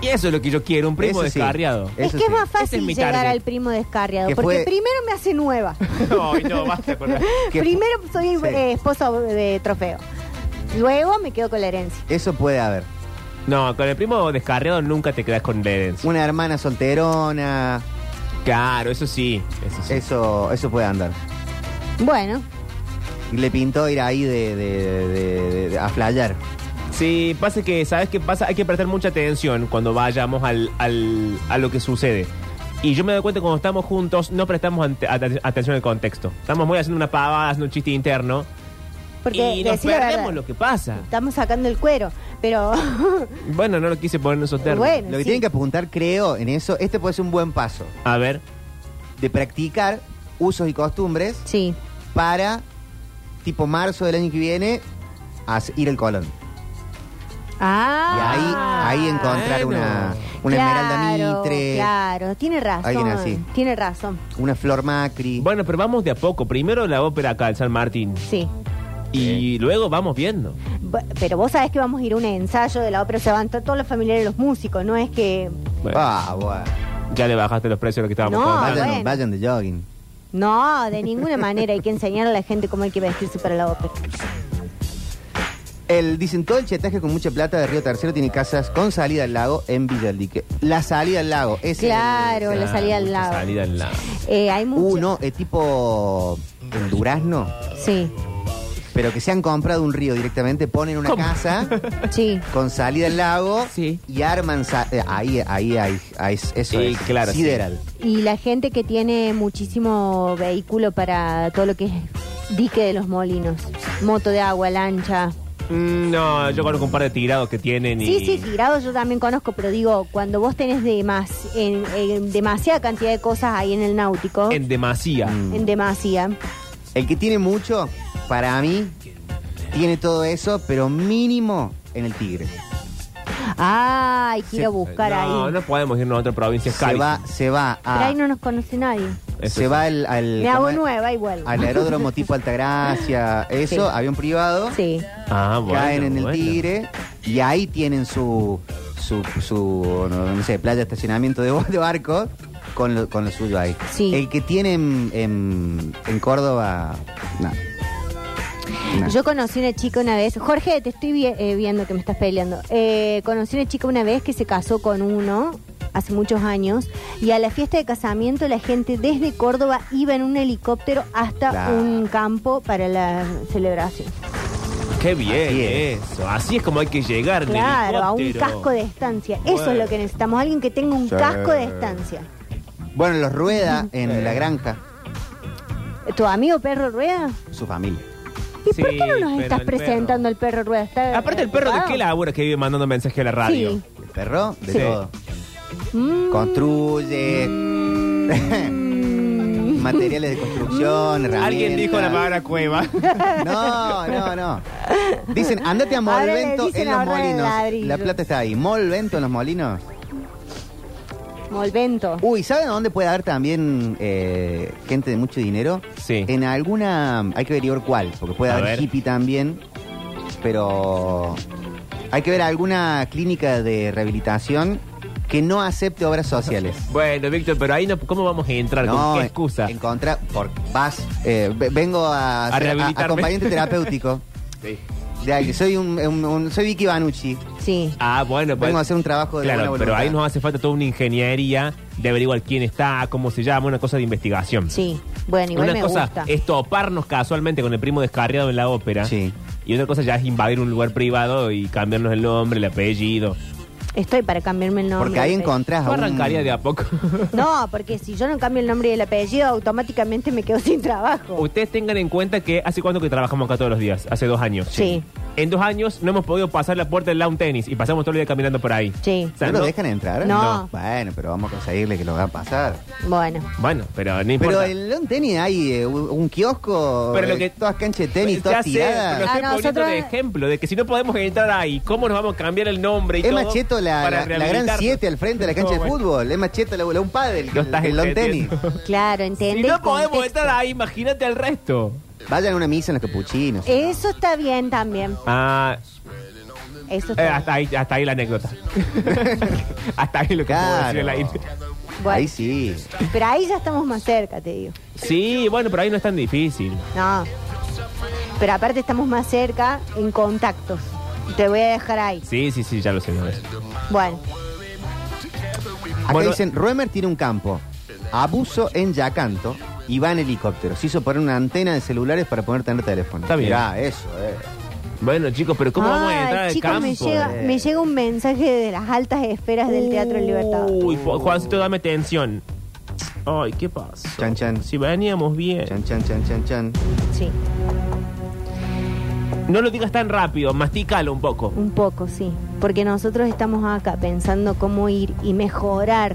[SPEAKER 3] Y eso es lo que yo quiero, un primo
[SPEAKER 1] Eso sí,
[SPEAKER 3] descarriado.
[SPEAKER 1] eso
[SPEAKER 2] es que
[SPEAKER 1] sí.
[SPEAKER 2] es más
[SPEAKER 3] Ese es
[SPEAKER 2] fácil
[SPEAKER 3] mi
[SPEAKER 2] llegar
[SPEAKER 3] target.
[SPEAKER 2] al primo descarriado,
[SPEAKER 1] Que fue-
[SPEAKER 2] porque primero me hace nueva.
[SPEAKER 3] No, no, basta con
[SPEAKER 1] Que-
[SPEAKER 2] primero soy
[SPEAKER 1] Sí.
[SPEAKER 2] eh, esposa de trofeo. Luego me quedo con la herencia.
[SPEAKER 1] Eso puede haber.
[SPEAKER 3] No, con el primo descarriado nunca te quedas con la herencia.
[SPEAKER 1] Una hermana solterona,
[SPEAKER 3] Claro, eso sí. Eso sí.
[SPEAKER 1] Eso, eso puede andar.
[SPEAKER 2] Bueno,
[SPEAKER 1] Le pintó ir ahí de, de- de- de- de- a flayar.
[SPEAKER 3] Sí, pasa que, ¿sabes qué pasa? Hay que prestar mucha atención cuando vayamos al, al- a lo que sucede. Y yo me doy cuenta que cuando estamos juntos no prestamos ante- ate- atención al contexto. Estamos muy haciendo una pavada, haciendo un chiste interno.
[SPEAKER 2] Porque
[SPEAKER 3] y nos
[SPEAKER 2] decí la verdad,
[SPEAKER 3] perdemos lo que pasa.
[SPEAKER 2] estamos sacando el cuero, pero
[SPEAKER 3] Bueno, no lo quise poner en esos términos.
[SPEAKER 2] Bueno.
[SPEAKER 1] Lo que
[SPEAKER 2] sí.
[SPEAKER 1] tienen que apuntar, creo, en eso, este puede ser un buen paso
[SPEAKER 3] A ver,
[SPEAKER 1] de practicar usos y costumbres
[SPEAKER 2] sí.
[SPEAKER 1] para, tipo marzo del año que viene, as- ir al Colón. Y ahí,
[SPEAKER 2] Ah.
[SPEAKER 1] ahí encontrar una, una esmeralda
[SPEAKER 2] Claro,
[SPEAKER 1] mitre,
[SPEAKER 2] Claro, tiene razón.
[SPEAKER 1] Alguien así.
[SPEAKER 2] Tiene razón.
[SPEAKER 1] una flor macri.
[SPEAKER 3] bueno, pero vamos de a poco. Primero la ópera acá en San Martín
[SPEAKER 2] Sí.
[SPEAKER 3] y luego vamos viendo.
[SPEAKER 2] Bu- Pero vos sabés que vamos a ir a un ensayo de la ópera, se van to- todos los familiares de los músicos, no es que.
[SPEAKER 3] Bueno,
[SPEAKER 1] Ah, bueno.
[SPEAKER 3] Ya le bajaste los precios a lo que estábamos
[SPEAKER 2] No,
[SPEAKER 3] contando.
[SPEAKER 1] Vayan,
[SPEAKER 2] Ah, bueno.
[SPEAKER 1] vayan de jogging.
[SPEAKER 2] No, de ninguna manera hay que enseñar a la gente cómo hay que vestirse para la ópera.
[SPEAKER 1] El, dicen, todo el chetaje con mucha plata de Río Tercero tiene casas con salida al lago en Villa del Dique. La salida al lago. Es el-
[SPEAKER 2] Claro,
[SPEAKER 1] el-
[SPEAKER 2] la salida al
[SPEAKER 3] mucha
[SPEAKER 2] lado.
[SPEAKER 3] salida al lado.
[SPEAKER 2] Eh, hay mucho.
[SPEAKER 1] Uh, no, es tipo el durazno,
[SPEAKER 2] Sí,
[SPEAKER 1] pero que se han comprado un río directamente, ponen una
[SPEAKER 3] ¿Cómo?
[SPEAKER 1] casa
[SPEAKER 2] sí.
[SPEAKER 1] con salida al lago
[SPEAKER 3] Sí.
[SPEAKER 1] y arman... sa- eh, ahí, ahí, ahí, ahí, eso
[SPEAKER 3] Sí,
[SPEAKER 1] es.
[SPEAKER 3] claro, sí.
[SPEAKER 1] Sideral.
[SPEAKER 2] Y la gente que tiene muchísimo vehículo para todo lo que es dique de los molinos, moto de agua, lancha.
[SPEAKER 3] Mm, No, yo conozco un par de tirados que tienen y...
[SPEAKER 2] Sí, sí, tirado yo también conozco, pero digo, cuando vos tenés demas- en- en demasiada cantidad de cosas ahí en el náutico, en,
[SPEAKER 3] En demasía.
[SPEAKER 1] Mm.
[SPEAKER 2] demasía,
[SPEAKER 1] El que tiene mucho, para mí, tiene todo eso, pero mínimo en el Tigre.
[SPEAKER 2] ay, quiero buscar
[SPEAKER 3] no, Ah.
[SPEAKER 2] ahí.
[SPEAKER 3] no podemos irnos a otra provincia. Es
[SPEAKER 1] Se
[SPEAKER 3] carísimo.
[SPEAKER 1] va, se va
[SPEAKER 2] Pero
[SPEAKER 1] a...
[SPEAKER 2] ahí no nos conoce nadie.
[SPEAKER 3] Eso
[SPEAKER 1] se
[SPEAKER 3] sí.
[SPEAKER 1] va al... al-
[SPEAKER 2] Me hago
[SPEAKER 1] ¿cómo es?
[SPEAKER 2] nueva y vuelvo.
[SPEAKER 3] Ah,
[SPEAKER 1] Al aeródromo tipo Altagracia, eso,
[SPEAKER 2] Sí.
[SPEAKER 1] avión privado.
[SPEAKER 2] Sí.
[SPEAKER 3] Ah, bueno,
[SPEAKER 1] caen en el
[SPEAKER 3] bueno.
[SPEAKER 1] Tigre y ahí tienen su, su, su, no, no sé, playa, estacionamiento de, bo- de barco con lo, con lo suyo ahí.
[SPEAKER 2] Sí.
[SPEAKER 1] El que tiene en, en- en Córdoba, no. No.
[SPEAKER 2] Yo conocí una chica una vez, Jorge, te estoy vi- eh, viendo que me estás peleando. Eh, conocí una chica una vez que se casó con uno hace muchos años y a la fiesta de casamiento la gente desde Córdoba iba en un helicóptero hasta
[SPEAKER 1] Claro.
[SPEAKER 2] un campo para la celebración.
[SPEAKER 3] Qué bien
[SPEAKER 1] Así es.
[SPEAKER 3] eso. Así es como hay que llegar. en
[SPEAKER 2] Claro, a un
[SPEAKER 3] helicóptero.
[SPEAKER 2] casco de estancia. Eso es
[SPEAKER 3] Bueno.
[SPEAKER 2] lo que necesitamos, alguien que tenga un
[SPEAKER 1] Sí.
[SPEAKER 2] casco de estancia.
[SPEAKER 1] Bueno, los Rueda en la granja,
[SPEAKER 2] ¿Tu amigo Perro Rueda?
[SPEAKER 1] su familia.
[SPEAKER 2] ¿Y
[SPEAKER 3] Sí,
[SPEAKER 2] por qué no nos
[SPEAKER 3] pero
[SPEAKER 2] estás
[SPEAKER 3] el perro.
[SPEAKER 2] presentando al Perro Rueda? ¿Está
[SPEAKER 3] Aparte el perro, ¿de
[SPEAKER 2] ocupado?
[SPEAKER 3] qué labura que vive mandando mensaje a la radio?
[SPEAKER 2] Sí.
[SPEAKER 1] El perro, de
[SPEAKER 3] Sí.
[SPEAKER 1] todo.
[SPEAKER 2] Mm.
[SPEAKER 1] Construye,
[SPEAKER 2] Mm.
[SPEAKER 1] materiales de construcción, herramientas.
[SPEAKER 3] Alguien dijo la palabra cueva.
[SPEAKER 1] No, no, no. Dicen, andate a
[SPEAKER 2] Ahora le
[SPEAKER 1] Molvento
[SPEAKER 2] dicen
[SPEAKER 1] en los
[SPEAKER 2] ahorrar el
[SPEAKER 1] molinos.
[SPEAKER 2] ladrillo.
[SPEAKER 1] La plata está ahí. Molvento en los molinos.
[SPEAKER 2] Molvento.
[SPEAKER 1] Uy, ¿saben dónde puede haber también eh, gente de mucho dinero?
[SPEAKER 3] Sí.
[SPEAKER 1] En alguna. Hay que averiguar cuál, porque puede
[SPEAKER 3] A
[SPEAKER 1] haber
[SPEAKER 3] ver.
[SPEAKER 1] hippie también. Pero. Hay que ver alguna clínica de rehabilitación que no acepte obras sociales.
[SPEAKER 3] Bueno, Víctor, pero ahí no, ¿cómo vamos a entrar? ¿Con qué excusa?
[SPEAKER 1] Encontrar. Por, vas. eh, ve- vengo a. ser-
[SPEAKER 3] rehabilitarme.
[SPEAKER 1] acompañante terapéutico.
[SPEAKER 3] Sí.
[SPEAKER 1] De ahí, soy un, un- un- soy Vicky Banucci.
[SPEAKER 2] Sí.
[SPEAKER 3] Ah, bueno, pues.
[SPEAKER 1] Vengo a hacer un trabajo de
[SPEAKER 3] Claro,
[SPEAKER 1] buena
[SPEAKER 3] pero
[SPEAKER 1] voluntad.
[SPEAKER 3] ahí nos hace falta toda una ingeniería de averiguar quién está, cómo se llama, una cosa de investigación.
[SPEAKER 2] Sí, bueno, igual
[SPEAKER 3] una
[SPEAKER 2] me
[SPEAKER 3] cosa
[SPEAKER 2] gusta.
[SPEAKER 3] es toparnos casualmente con el primo descarriado en la ópera.
[SPEAKER 1] Sí.
[SPEAKER 3] Y otra cosa ya es invadir un lugar privado y cambiarnos el nombre, el apellido.
[SPEAKER 2] Estoy para cambiarme el nombre.
[SPEAKER 1] Porque ahí
[SPEAKER 2] del
[SPEAKER 1] encontrás a
[SPEAKER 3] Yo
[SPEAKER 1] un-
[SPEAKER 3] arrancaría de a poco.
[SPEAKER 2] apellido. No, porque si yo no cambio el nombre y el apellido, automáticamente me quedo sin trabajo.
[SPEAKER 3] Ustedes tengan en cuenta que hace cuánto que trabajamos acá todos los días, hace dos años.
[SPEAKER 2] Sí.
[SPEAKER 3] En dos años no hemos podido pasar la puerta del lawn tenis y pasamos todo el día caminando por ahí.
[SPEAKER 2] Sí.
[SPEAKER 3] O sea,
[SPEAKER 1] ¿No lo
[SPEAKER 3] no-
[SPEAKER 1] dejan entrar?
[SPEAKER 2] No.
[SPEAKER 1] Bueno, pero vamos a conseguirle que lo va a pasar.
[SPEAKER 2] Bueno,
[SPEAKER 3] Bueno, pero no importa.
[SPEAKER 1] Pero en Long Tenis hay eh, un un kiosco,
[SPEAKER 3] Pero lo
[SPEAKER 1] eh,
[SPEAKER 3] que-
[SPEAKER 1] todas canchas de tenis,
[SPEAKER 3] Ya
[SPEAKER 1] todas
[SPEAKER 3] sé,
[SPEAKER 1] tiradas.
[SPEAKER 3] pero estoy
[SPEAKER 2] Ah,
[SPEAKER 3] poniendo
[SPEAKER 2] nosotros-
[SPEAKER 3] de ejemplo de que si no podemos entrar ahí, ¿cómo nos vamos a cambiar el nombre y
[SPEAKER 1] Es
[SPEAKER 3] todo?
[SPEAKER 1] más cheto la,
[SPEAKER 3] para
[SPEAKER 1] la- la gran
[SPEAKER 3] rehabilitarnos?
[SPEAKER 1] 7 al frente de la cancha
[SPEAKER 3] No,
[SPEAKER 1] de
[SPEAKER 3] bueno.
[SPEAKER 1] fútbol. Es más cheto la, la- un pádel que
[SPEAKER 3] No
[SPEAKER 1] el-
[SPEAKER 3] estás
[SPEAKER 1] el Long Tenis.
[SPEAKER 3] entendiendo.
[SPEAKER 2] claro,
[SPEAKER 3] Si
[SPEAKER 2] entiende. el
[SPEAKER 3] no podemos
[SPEAKER 2] contexto.
[SPEAKER 3] entrar ahí, imagínate al resto.
[SPEAKER 1] Vayan a una misa en los capuchinos.
[SPEAKER 2] Eso está bien también.
[SPEAKER 3] Ah,
[SPEAKER 2] Eso
[SPEAKER 3] eh,
[SPEAKER 2] está
[SPEAKER 3] hasta, ahí, hasta ahí la anécdota. hasta ahí lo que puedo
[SPEAKER 1] Claro.
[SPEAKER 3] decir al aire.
[SPEAKER 2] bueno.
[SPEAKER 1] Ahí sí.
[SPEAKER 2] Pero ahí ya estamos más cerca, te digo.
[SPEAKER 3] Sí, bueno, pero ahí no es tan difícil.
[SPEAKER 2] No. Pero aparte estamos más cerca en contactos. Te voy a dejar ahí.
[SPEAKER 3] Sí, sí, sí, ya lo sé. no es.
[SPEAKER 2] Bueno,
[SPEAKER 1] Acá
[SPEAKER 3] Bueno.
[SPEAKER 1] dicen, Roemer tiene un campo. Abuso en Yacanto y va en helicóptero. Se hizo poner una antena de celulares para poder tener teléfono.
[SPEAKER 3] Está bien.
[SPEAKER 1] Mirá, eso, eh.
[SPEAKER 3] Bueno, chicos, pero ¿cómo vamos a
[SPEAKER 2] Ay,
[SPEAKER 3] entrar al
[SPEAKER 2] chicos,
[SPEAKER 3] campo?
[SPEAKER 2] Me llega,
[SPEAKER 1] Eh.
[SPEAKER 2] me llega un mensaje de las altas esferas del Teatro del Libertador.
[SPEAKER 3] Uy, Ju- Juancito, dame atención. Ay, ¿qué pasó?
[SPEAKER 1] Chan, chan.
[SPEAKER 3] Si veníamos bien.
[SPEAKER 1] Chan, chan, chan, chan, chan.
[SPEAKER 2] Sí.
[SPEAKER 3] No lo digas tan rápido, masticalo un poco.
[SPEAKER 2] Un poco, sí. Porque nosotros estamos acá pensando cómo ir y mejorar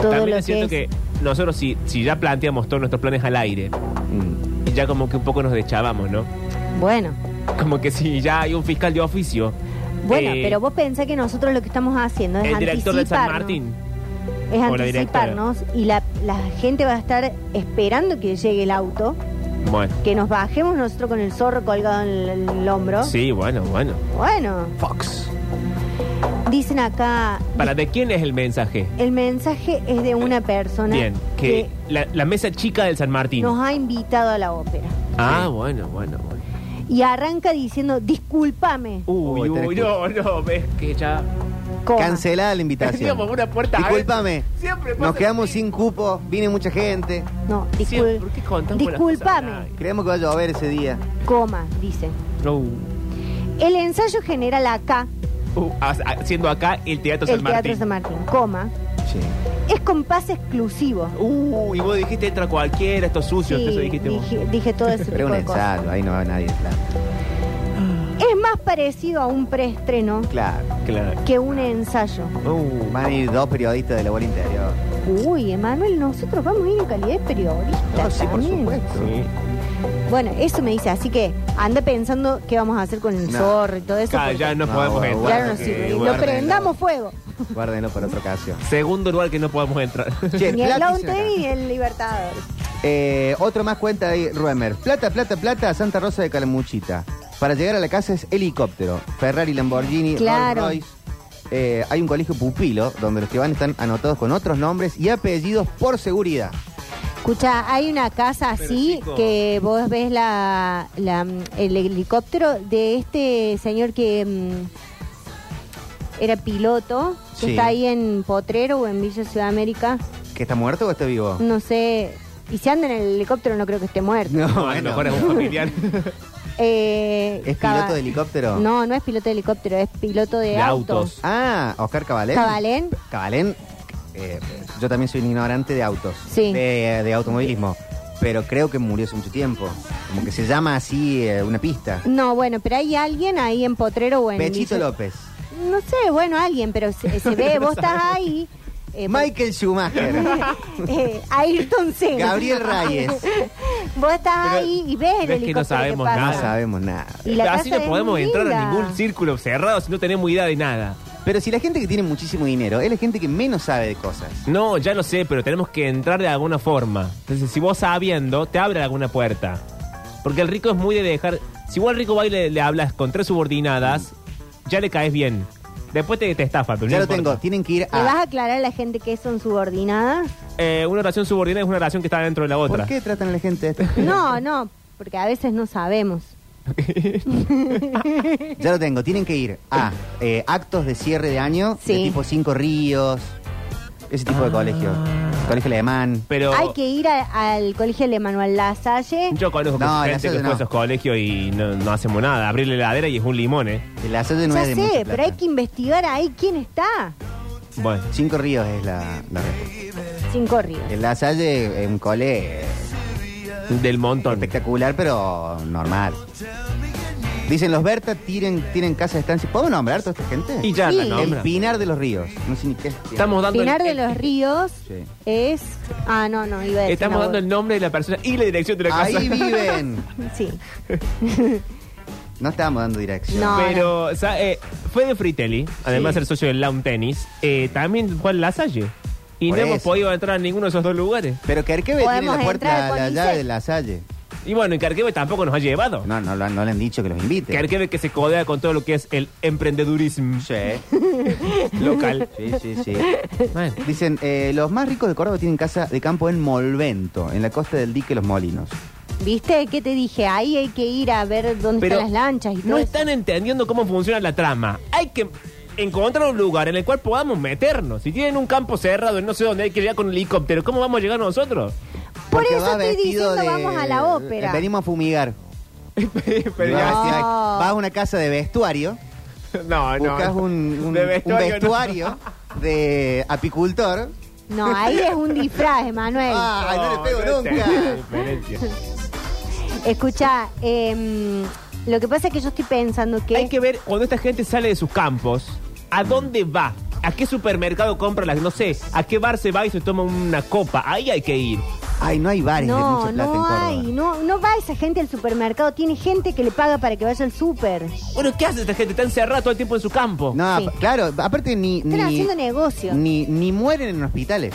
[SPEAKER 2] todo
[SPEAKER 3] También
[SPEAKER 2] lo
[SPEAKER 3] es cierto
[SPEAKER 2] que,
[SPEAKER 3] que, nosotros si, si ya planteamos todos nuestros planes al aire,
[SPEAKER 1] Mm.
[SPEAKER 3] ya como que un poco nos deschavamos, ¿no?
[SPEAKER 2] es- Bueno,
[SPEAKER 3] Como que si ya hay un fiscal de oficio.
[SPEAKER 2] bueno,
[SPEAKER 3] eh,
[SPEAKER 2] pero vos pensás que nosotros lo que estamos haciendo es
[SPEAKER 3] El director de San
[SPEAKER 2] anticiparnos.
[SPEAKER 3] Martín.
[SPEAKER 2] Es
[SPEAKER 3] O la directora.
[SPEAKER 2] anticiparnos y la, la gente va a estar esperando que llegue el auto,
[SPEAKER 3] Bueno.
[SPEAKER 2] que nos bajemos nosotros con el zorro colgado en el, el hombro.
[SPEAKER 3] Sí, bueno, bueno.
[SPEAKER 2] Bueno,
[SPEAKER 3] Fox.
[SPEAKER 2] dicen acá,
[SPEAKER 3] ¿Para de quién es el mensaje?
[SPEAKER 2] el mensaje es de una persona
[SPEAKER 3] Bien, que la, la mesa chica del San
[SPEAKER 2] que
[SPEAKER 3] Martín.
[SPEAKER 2] nos ha invitado a la ópera.
[SPEAKER 3] Ah, bueno, bueno, bueno.
[SPEAKER 2] Y arranca diciendo, discúlpame.
[SPEAKER 3] Uy,
[SPEAKER 1] Uy, tenés
[SPEAKER 3] uy, no, no, ves que ya.
[SPEAKER 2] coma.
[SPEAKER 1] Cancelada la invitación.
[SPEAKER 3] Teníamos una puerta
[SPEAKER 1] Discúlpame.
[SPEAKER 3] abierta. Siempre pasa
[SPEAKER 1] Nos quedamos
[SPEAKER 3] lo
[SPEAKER 1] sin cupo, viene mucha gente.
[SPEAKER 2] No, discul-
[SPEAKER 3] Siempre, ¿por qué contamos las cosas
[SPEAKER 2] discúlpame,
[SPEAKER 3] al
[SPEAKER 1] Creemos que va a llover ese día.
[SPEAKER 2] coma, dice.
[SPEAKER 3] aire? Uh,
[SPEAKER 2] El ensayo general acá,
[SPEAKER 3] uh, ah, ah, siendo acá el Teatro
[SPEAKER 2] el
[SPEAKER 3] San Martín.
[SPEAKER 2] Teatro San Martín, coma,
[SPEAKER 1] Sí.
[SPEAKER 2] es con pase exclusivo.
[SPEAKER 3] Uh, y vos dijiste entra cualquiera, esto es sucio,
[SPEAKER 2] Sí,
[SPEAKER 3] eso dijiste vos.
[SPEAKER 2] dije, dije todo ese
[SPEAKER 1] Pero es
[SPEAKER 2] tipo
[SPEAKER 1] un
[SPEAKER 2] de cosas.
[SPEAKER 1] ensayo, ahí no va nadie. Claro.
[SPEAKER 2] Es más parecido a un preestreno
[SPEAKER 1] claro.
[SPEAKER 3] Claro.
[SPEAKER 2] que un ensayo.
[SPEAKER 3] Uh,
[SPEAKER 1] Van a ir dos periodistas de la bola interior.
[SPEAKER 2] Uy, Emanuel, nosotros vamos a ir en calidad de periodista.
[SPEAKER 1] No, sí, por
[SPEAKER 2] también.
[SPEAKER 1] supuesto.
[SPEAKER 3] sí.
[SPEAKER 2] Bueno, eso me dice, así que anda pensando qué vamos a hacer con el
[SPEAKER 1] No.
[SPEAKER 2] zorro y todo eso.
[SPEAKER 3] Ah,
[SPEAKER 2] porque-
[SPEAKER 3] ya no,
[SPEAKER 1] No, eh,
[SPEAKER 3] podemos
[SPEAKER 1] bueno,
[SPEAKER 3] entrar.
[SPEAKER 2] Claro, no
[SPEAKER 1] que
[SPEAKER 2] sirve. Y Lo
[SPEAKER 1] guárdenlo.
[SPEAKER 2] prendamos fuego.
[SPEAKER 1] Guárdenlo para otra ocasión.
[SPEAKER 3] Segundo lugar que no podemos entrar.
[SPEAKER 1] Che,
[SPEAKER 2] Ni el
[SPEAKER 1] Plata
[SPEAKER 2] Clown
[SPEAKER 1] dice acá.
[SPEAKER 2] TV ni el Libertador.
[SPEAKER 1] Eh, otro más cuenta ahí, Ruemer. Plata, plata, plata, Santa Rosa de Calamuchita. Para llegar a la casa es helicóptero. Ferrari, Lamborghini,
[SPEAKER 2] Claro.
[SPEAKER 1] Rolls Royce. Eh, hay un colegio pupilo donde los que van están anotados con otros nombres y apellidos por seguridad.
[SPEAKER 2] Escucha, hay una casa
[SPEAKER 3] Pero,
[SPEAKER 2] así
[SPEAKER 3] chico.
[SPEAKER 2] que vos ves la, la, mm, el helicóptero de este señor que mm, era piloto, que
[SPEAKER 1] Sí.
[SPEAKER 2] está ahí en Potrero o en Villa Ciudad América,
[SPEAKER 1] ¿Que está muerto o está vivo?
[SPEAKER 2] no sé, y si anda en el helicóptero no creo que esté muerto.
[SPEAKER 1] No,
[SPEAKER 3] a lo
[SPEAKER 1] bueno.
[SPEAKER 3] mejor es un familiar.
[SPEAKER 2] Eh,
[SPEAKER 1] ¿Es
[SPEAKER 2] Cava-
[SPEAKER 1] piloto de helicóptero?
[SPEAKER 2] No, no es piloto de helicóptero, es piloto de,
[SPEAKER 3] De
[SPEAKER 2] autos.
[SPEAKER 3] autos.
[SPEAKER 1] Ah, Oscar Cabalén.
[SPEAKER 2] Cabalén.
[SPEAKER 1] Cabalén, eh, yo también soy un ignorante de autos.
[SPEAKER 2] Sí.
[SPEAKER 1] De, de automovilismo. Pero creo que murió hace mucho tiempo. Como que se llama así eh, una pista.
[SPEAKER 2] No, bueno, pero hay alguien ahí en Potrero o en...
[SPEAKER 1] Pechito
[SPEAKER 2] Villa-
[SPEAKER 1] López.
[SPEAKER 2] No sé, bueno, alguien, pero se, se ve, vos estás ahí. eh,
[SPEAKER 1] Michael Schumacher.
[SPEAKER 2] Eh, Ayrton Senna.
[SPEAKER 1] Gabriel Reyes.
[SPEAKER 2] Vos estás
[SPEAKER 3] Pero
[SPEAKER 2] ahí y ves el
[SPEAKER 3] ves que no
[SPEAKER 2] helicóptero
[SPEAKER 3] sabemos
[SPEAKER 2] pasa.
[SPEAKER 1] No
[SPEAKER 3] nada.
[SPEAKER 1] sabemos nada.
[SPEAKER 2] Y la
[SPEAKER 3] Así
[SPEAKER 2] casa
[SPEAKER 3] no
[SPEAKER 2] es
[SPEAKER 3] podemos
[SPEAKER 2] muy
[SPEAKER 3] entrar a
[SPEAKER 2] linda.
[SPEAKER 3] ningún círculo cerrado si no tenemos idea de nada.
[SPEAKER 1] Pero si la gente que tiene muchísimo dinero es la gente que menos sabe de cosas.
[SPEAKER 3] No, ya lo sé, pero tenemos que entrar de alguna forma. Entonces, si vos sabiendo, te abre alguna puerta. Porque el rico es muy de dejar. Si vos al rico va y le, le hablas con tres subordinadas, ya le caes bien. Después te, te estafa, pero no
[SPEAKER 1] ya lo
[SPEAKER 3] importa.
[SPEAKER 1] tengo, tienen que ir
[SPEAKER 2] ¿Le vas a
[SPEAKER 1] a.
[SPEAKER 2] aclarar a la gente que son subordinadas?
[SPEAKER 3] Eh, una oración subordinada es una oración que está dentro de la otra.
[SPEAKER 1] ¿Por qué tratan a la gente de esta manera?
[SPEAKER 2] No, no, porque a veces no sabemos.
[SPEAKER 1] Ya lo tengo, tienen que ir a eh, actos de cierre de año, de
[SPEAKER 2] Sí. Ah.
[SPEAKER 1] tipo Cinco Ríos, ese tipo de colegio. Colegio alemán.
[SPEAKER 3] Pero
[SPEAKER 2] Hay que ir a- al colegio de Manuel Lasalle.
[SPEAKER 3] yo conozco
[SPEAKER 1] No, en la
[SPEAKER 3] gente que
[SPEAKER 1] sede
[SPEAKER 3] fue a
[SPEAKER 1] no.
[SPEAKER 3] esos colegios y no, no hacemos nada. Abrir la heladera y es un limón, ¿eh?
[SPEAKER 1] La sede no
[SPEAKER 2] ya
[SPEAKER 1] es de mucha
[SPEAKER 2] sé,
[SPEAKER 1] plata.
[SPEAKER 2] pero hay que investigar ahí quién está.
[SPEAKER 3] Bueno.
[SPEAKER 1] Cinco Ríos es la, la respuesta.
[SPEAKER 2] Cinco ríos.
[SPEAKER 1] En La Salle es un cole eh,
[SPEAKER 3] Del montón.
[SPEAKER 1] espectacular, pero normal. Dicen los Berta tienen, tienen casa de estancia. ¿Puedo nombrar toda esta gente?
[SPEAKER 3] Y ya
[SPEAKER 2] Sí.
[SPEAKER 3] la
[SPEAKER 1] El
[SPEAKER 3] nombra.
[SPEAKER 1] Pinar de los Ríos. No sé ni qué es.
[SPEAKER 3] Estamos dando el-
[SPEAKER 2] Pinar de
[SPEAKER 3] el-
[SPEAKER 2] los Ríos
[SPEAKER 1] Sí.
[SPEAKER 2] es. Ah, no, no, iba a decir.
[SPEAKER 3] Estamos
[SPEAKER 2] una
[SPEAKER 3] dando el nombre de la persona y la dirección de la casa.
[SPEAKER 1] Ahí viven.
[SPEAKER 2] boba. Sí.
[SPEAKER 1] No estábamos dando dirección.
[SPEAKER 2] No.
[SPEAKER 3] Pero o sea, eh, fue de Fritelli, además
[SPEAKER 1] Sí.
[SPEAKER 3] el socio del Lawn Tennis, eh, también Juan Lasalle. Y
[SPEAKER 1] Por
[SPEAKER 3] no hemos
[SPEAKER 1] eso.
[SPEAKER 3] podido entrar a ninguno de esos dos lugares.
[SPEAKER 1] Pero Kerkebe tiene
[SPEAKER 2] Podemos
[SPEAKER 1] la puerta,
[SPEAKER 2] entrar
[SPEAKER 1] la,
[SPEAKER 2] con
[SPEAKER 1] la
[SPEAKER 2] Lisette.
[SPEAKER 1] llave de la Salle.
[SPEAKER 3] Y bueno, en Carqueve tampoco nos ha llevado.
[SPEAKER 1] No, no, lo han- no le han dicho que los invite.
[SPEAKER 3] Carqueve que se codea con todo lo que es el emprendedurismo
[SPEAKER 1] Sí.
[SPEAKER 3] local.
[SPEAKER 1] Sí, sí, sí.
[SPEAKER 3] Bueno,
[SPEAKER 1] Dicen, eh, los más ricos de Córdoba tienen casa de campo en Molvento, en la costa del dique Los Molinos.
[SPEAKER 2] ¿Viste qué te dije? Ahí hay que ir a ver dónde
[SPEAKER 3] Pero
[SPEAKER 2] están las lanchas y todo.
[SPEAKER 3] no
[SPEAKER 2] eso.
[SPEAKER 3] están entendiendo cómo funciona la trama. Hay que encontrar un lugar en el cual podamos meternos. Si tienen un campo cerrado, no sé dónde hay que llegar con un helicóptero, ¿cómo vamos a llegar nosotros?
[SPEAKER 2] Por
[SPEAKER 1] Porque
[SPEAKER 2] eso
[SPEAKER 1] va
[SPEAKER 2] estoy
[SPEAKER 1] vestido
[SPEAKER 2] diciendo
[SPEAKER 1] de- eh,
[SPEAKER 2] vamos a la ópera.
[SPEAKER 1] Venimos a fumigar.
[SPEAKER 3] Pero
[SPEAKER 1] Vas
[SPEAKER 3] ya-
[SPEAKER 1] a-
[SPEAKER 2] No.
[SPEAKER 1] vas a una casa de vestuario,
[SPEAKER 3] no, Ah, no.
[SPEAKER 1] buscas un, un-
[SPEAKER 3] De
[SPEAKER 1] un vestuario,
[SPEAKER 3] no.
[SPEAKER 1] de apicultor.
[SPEAKER 2] No, ahí es un disfraz, Emanuel.
[SPEAKER 1] Ah, ¡Ay, no le
[SPEAKER 3] No,
[SPEAKER 1] pego
[SPEAKER 3] no sé,
[SPEAKER 1] nunca!
[SPEAKER 3] la diferencia.
[SPEAKER 2] Escucha, eh, Lo que pasa es que yo estoy pensando que.
[SPEAKER 3] Hay que ver cuando esta gente sale de sus campos, ¿a dónde va? ¿A qué supermercado compra las, no sé, a qué bar se va y se toma una copa? Ahí hay que ir.
[SPEAKER 1] Ay, no hay bares de
[SPEAKER 2] no,
[SPEAKER 1] mucha plata en
[SPEAKER 2] no
[SPEAKER 1] Córdoba.
[SPEAKER 2] hay, no, no va esa gente al supermercado, tiene gente que le paga para que vaya al súper.
[SPEAKER 3] Bueno, ¿qué hace esta gente? Está encerrada todo el tiempo en su campo.
[SPEAKER 1] No,
[SPEAKER 2] Sí.
[SPEAKER 1] ap- claro, aparte ni.
[SPEAKER 2] Están
[SPEAKER 1] ni-
[SPEAKER 2] haciendo negocio.
[SPEAKER 1] Ni, ni mueren en hospitales.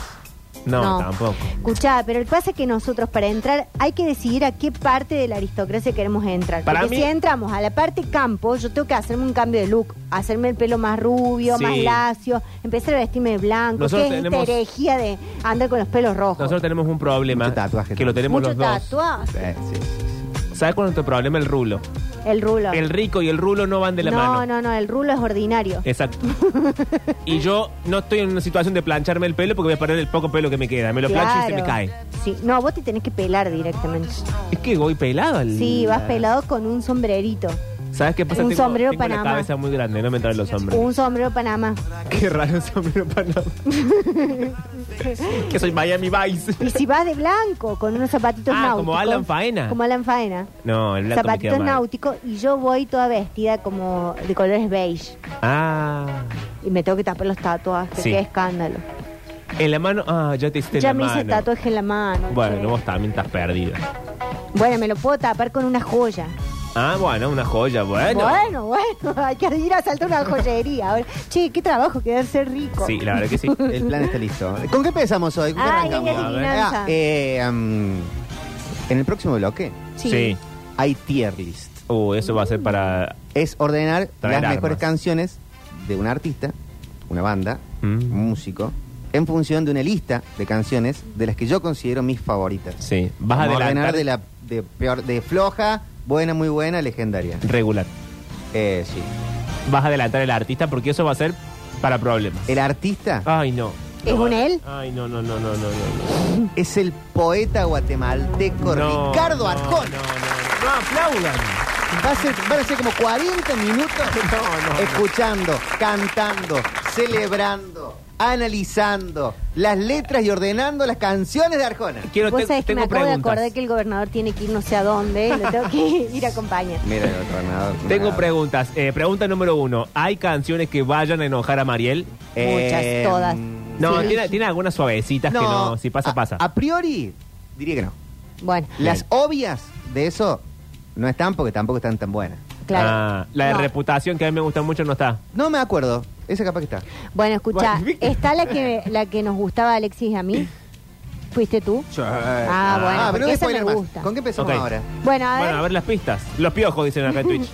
[SPEAKER 3] No, tampoco.
[SPEAKER 2] Escuchá, pero el pasa es que nosotros para entrar hay que decidir a qué parte de la aristocracia queremos entrar.
[SPEAKER 3] Para
[SPEAKER 2] Porque
[SPEAKER 3] mí-
[SPEAKER 2] si entramos a la parte campo, yo tengo que hacerme un cambio de look, hacerme el pelo más rubio,
[SPEAKER 3] Sí.
[SPEAKER 2] más lacio, empezar a vestirme de blanco,
[SPEAKER 3] Nosotros
[SPEAKER 2] que es
[SPEAKER 3] tenemos-
[SPEAKER 2] esta herejía de andar con los pelos rojos.
[SPEAKER 3] Nosotros tenemos un problema
[SPEAKER 1] Mucho tatuaje,
[SPEAKER 3] que lo
[SPEAKER 1] ¿no?
[SPEAKER 3] tenemos
[SPEAKER 2] Mucho
[SPEAKER 3] los dos.
[SPEAKER 2] tatuaje.
[SPEAKER 1] Eh, sí, sí, sí.
[SPEAKER 3] ¿Sabes cuál es nuestro problema? El rulo.
[SPEAKER 2] El rulo.
[SPEAKER 3] El rico y el rulo no van de la
[SPEAKER 2] no,
[SPEAKER 3] mano.
[SPEAKER 2] no, no, el rulo es ordinario.
[SPEAKER 3] Exacto. y yo no estoy en una situación de plancharme el pelo porque voy a perder el poco pelo que me queda. Me lo plancho y se me
[SPEAKER 2] Claro.
[SPEAKER 3] cae.
[SPEAKER 2] Sí, no, vos te tenés que pelar directamente.
[SPEAKER 3] Es que voy pelado. al-
[SPEAKER 2] Sí, vas pelado con un sombrerito.
[SPEAKER 3] ¿Sabes qué pasa?
[SPEAKER 2] Un
[SPEAKER 3] tengo,
[SPEAKER 2] sombrero
[SPEAKER 3] tengo la
[SPEAKER 2] Panamá.
[SPEAKER 3] cabeza muy grande, no me traen los hombres.
[SPEAKER 2] Un sombrero Panamá.
[SPEAKER 3] Qué raro el sombrero Panamá. que soy Miami Vice.
[SPEAKER 2] Y si vas de blanco, con unos zapatitos
[SPEAKER 3] Ah,
[SPEAKER 2] náuticos.
[SPEAKER 3] como Alan Faena.
[SPEAKER 2] Como Alan Faena.
[SPEAKER 3] No, el blanco me queda
[SPEAKER 2] zapatitos
[SPEAKER 3] mal.
[SPEAKER 2] náuticos y yo voy toda vestida como de colores beige.
[SPEAKER 3] Ah.
[SPEAKER 2] Y me tengo que tapar los tatuajes.
[SPEAKER 3] Sí.
[SPEAKER 2] Qué escándalo.
[SPEAKER 3] En la mano. Ah, ya te hiciste
[SPEAKER 2] ya
[SPEAKER 3] en
[SPEAKER 2] me
[SPEAKER 3] la
[SPEAKER 2] hice
[SPEAKER 3] mano.
[SPEAKER 2] tatuaje en la mano. che.
[SPEAKER 3] Bueno, vos también estás perdida.
[SPEAKER 2] Bueno, me lo puedo tapar con una joya.
[SPEAKER 3] Ah, bueno, una joya, bueno.
[SPEAKER 2] bueno, bueno, hay que ir a saltar una joyería. Ahora, che, qué trabajo quedar ser rico.
[SPEAKER 3] Sí, la verdad que sí. Eh,
[SPEAKER 1] El plan está listo. ¿Con qué empezamos hoy? ¿Con qué
[SPEAKER 2] Ay,
[SPEAKER 1] arrancamos?
[SPEAKER 3] qué
[SPEAKER 2] adivinanza.
[SPEAKER 1] Ah, eh, am, en el próximo bloque
[SPEAKER 2] Sí.
[SPEAKER 1] hay tier list.
[SPEAKER 3] Uh, eso va a ser para.
[SPEAKER 1] Es ordenar
[SPEAKER 3] Traer
[SPEAKER 1] las
[SPEAKER 3] armas.
[SPEAKER 1] mejores canciones de un artista, una banda,
[SPEAKER 3] Mm.
[SPEAKER 1] un músico, en función de una lista de canciones de las que yo considero mis favoritas.
[SPEAKER 3] Sí. Vas a
[SPEAKER 1] Vamos a ordenar
[SPEAKER 3] adelantar
[SPEAKER 1] de la de peor, de floja, buena, muy buena, legendaria.
[SPEAKER 3] regular.
[SPEAKER 1] Eh, sí.
[SPEAKER 3] Vas a adelantar el artista porque eso va a ser para problemas.
[SPEAKER 1] El artista
[SPEAKER 3] Ay, no.
[SPEAKER 2] ¿Es
[SPEAKER 3] No,
[SPEAKER 2] un él?
[SPEAKER 3] Ay, no, no, no, no, no, no.
[SPEAKER 1] es el poeta guatemalteco
[SPEAKER 3] No,
[SPEAKER 1] Ricardo
[SPEAKER 3] no,
[SPEAKER 1] Arjona.
[SPEAKER 3] No, no, no. No aplaudan.
[SPEAKER 1] Va a ser, van a ser como 40 minutos
[SPEAKER 3] No, no, no.
[SPEAKER 1] escuchando, cantando, celebrando, analizando las letras y ordenando las canciones de Arjona.
[SPEAKER 3] Quiero
[SPEAKER 2] Vos
[SPEAKER 3] te-
[SPEAKER 2] sabés que me
[SPEAKER 3] tengo
[SPEAKER 2] acabo de
[SPEAKER 3] preguntas.
[SPEAKER 2] acordar que el gobernador tiene que ir no sé a dónde, lo tengo que ir a acompañar.
[SPEAKER 1] Mira el otro ganador.
[SPEAKER 3] Tengo
[SPEAKER 1] ganador.
[SPEAKER 3] preguntas. Eh, pregunta número uno. ¿Hay canciones que vayan a enojar a Mariel?
[SPEAKER 1] Eh,
[SPEAKER 2] Muchas, todas.
[SPEAKER 3] No,
[SPEAKER 2] Sí.
[SPEAKER 3] tiene, tiene algunas suavecitas que no. Si pasa,
[SPEAKER 1] a-
[SPEAKER 3] pasa.
[SPEAKER 1] A priori, diría que no.
[SPEAKER 2] Bueno,
[SPEAKER 1] Las obvias de eso no están porque tampoco están tan buenas.
[SPEAKER 2] claro.
[SPEAKER 3] Ah, la de
[SPEAKER 2] No.
[SPEAKER 3] reputación que a mí me gusta mucho no está.
[SPEAKER 1] No me acuerdo. Esa capaz que está.
[SPEAKER 2] Bueno, escucha,
[SPEAKER 3] Bueno, ¿viste?
[SPEAKER 2] está la que la que nos gustaba a Alexis y a mí. ¿Fuiste tú? Ah, bueno,
[SPEAKER 1] Ah, pero no
[SPEAKER 2] porque
[SPEAKER 1] voy a
[SPEAKER 2] esa
[SPEAKER 1] spoiler
[SPEAKER 2] me
[SPEAKER 1] más.
[SPEAKER 2] gusta.
[SPEAKER 1] ¿Con qué empezamos
[SPEAKER 3] Ok.
[SPEAKER 1] ahora?
[SPEAKER 2] Bueno, a ver.
[SPEAKER 3] Bueno, a ver las pistas. Los piojos, dicen acá en Twitch.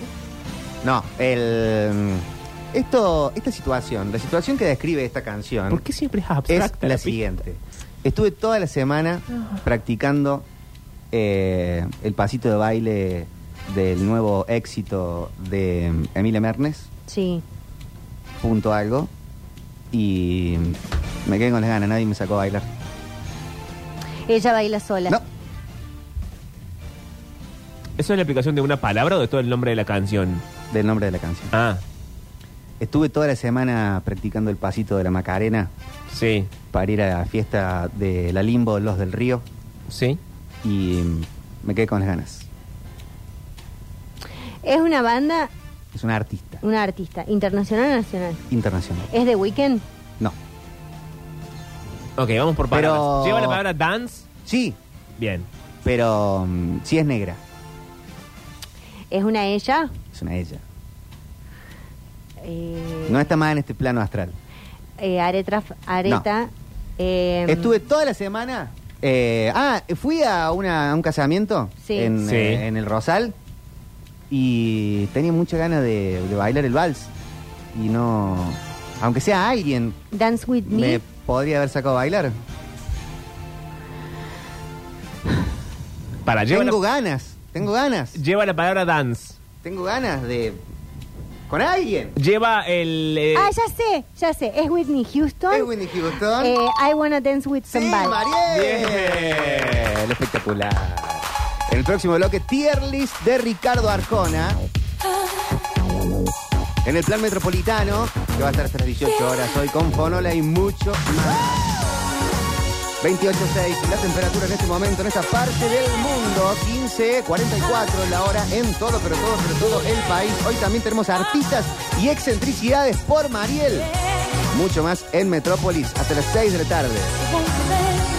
[SPEAKER 1] No, el. mm, Esto, esta situación, la situación que describe esta canción.
[SPEAKER 3] ¿Por qué siempre es
[SPEAKER 1] es
[SPEAKER 3] abstracta
[SPEAKER 1] la
[SPEAKER 3] pista?
[SPEAKER 1] siguiente. Estuve toda la semana practicando eh, el pasito de baile del nuevo éxito de mm, Emilia Mernes,
[SPEAKER 2] Sí.
[SPEAKER 1] punto algo, y mm, me quedé con las ganas, nadie me sacó a bailar.
[SPEAKER 2] Ella baila sola.
[SPEAKER 1] No,
[SPEAKER 3] ¿Eso es la aplicación de una palabra o de todo el nombre de la canción?
[SPEAKER 1] del nombre de la canción.
[SPEAKER 3] Ah,
[SPEAKER 1] Estuve toda la semana practicando el pasito de la Macarena
[SPEAKER 3] sí,
[SPEAKER 1] para ir a la fiesta de la Limbo Los del Río
[SPEAKER 3] sí.
[SPEAKER 1] y mm, me quedé con las ganas.
[SPEAKER 2] Es una banda,
[SPEAKER 1] Es una artista
[SPEAKER 2] una artista, internacional o nacional.
[SPEAKER 1] internacional.
[SPEAKER 2] ¿Es de Weekend?
[SPEAKER 1] No.
[SPEAKER 3] Ok, vamos por
[SPEAKER 1] Pero-
[SPEAKER 3] palabras. ¿Lleva la palabra dance?
[SPEAKER 1] Sí,
[SPEAKER 3] Bien.
[SPEAKER 1] Pero mm, sí es negra,
[SPEAKER 2] ¿Es una ella?
[SPEAKER 1] es una ella.
[SPEAKER 2] Eh,
[SPEAKER 1] No está más en este plano astral.
[SPEAKER 2] eh, Aretra, Areta. eh,
[SPEAKER 1] Estuve toda la semana. eh, ah, fui a, una- a un casamiento
[SPEAKER 2] Sí.
[SPEAKER 1] En,
[SPEAKER 3] Sí.
[SPEAKER 1] eh, en el Rosal y tenía muchas ganas de, de bailar el vals. Y no. Aunque sea alguien,
[SPEAKER 2] Dance with
[SPEAKER 1] me
[SPEAKER 2] me.
[SPEAKER 1] podría haber sacado a bailar.
[SPEAKER 3] Para, lleva,
[SPEAKER 1] Tengo
[SPEAKER 3] la,
[SPEAKER 1] ganas, tengo ganas,
[SPEAKER 3] lleva la palabra dance.
[SPEAKER 1] tengo ganas de. con alguien.
[SPEAKER 3] Lleva el... eh,
[SPEAKER 2] Ah, ya sé, ya sé. Es Whitney Houston.
[SPEAKER 1] Es Whitney Houston.
[SPEAKER 2] Eh, I wanna dance with
[SPEAKER 1] ¡Sí,
[SPEAKER 2] somebody.
[SPEAKER 1] Mariel!
[SPEAKER 3] Bien.
[SPEAKER 1] Espectacular. En el próximo bloque, tier list de Ricardo Arcona. En el plan metropolitano, que va a estar hasta las 18 horas hoy con Fonola y mucho más. 28.6, la temperatura en este momento en esta parte del mundo, 15.44 la hora en todo, pero todo, pero todo el país. Hoy también tenemos artistas y excentricidades por Mariel. Mucho más en Metrópolis hasta las 6 de la tarde.
[SPEAKER 4] Won't fail.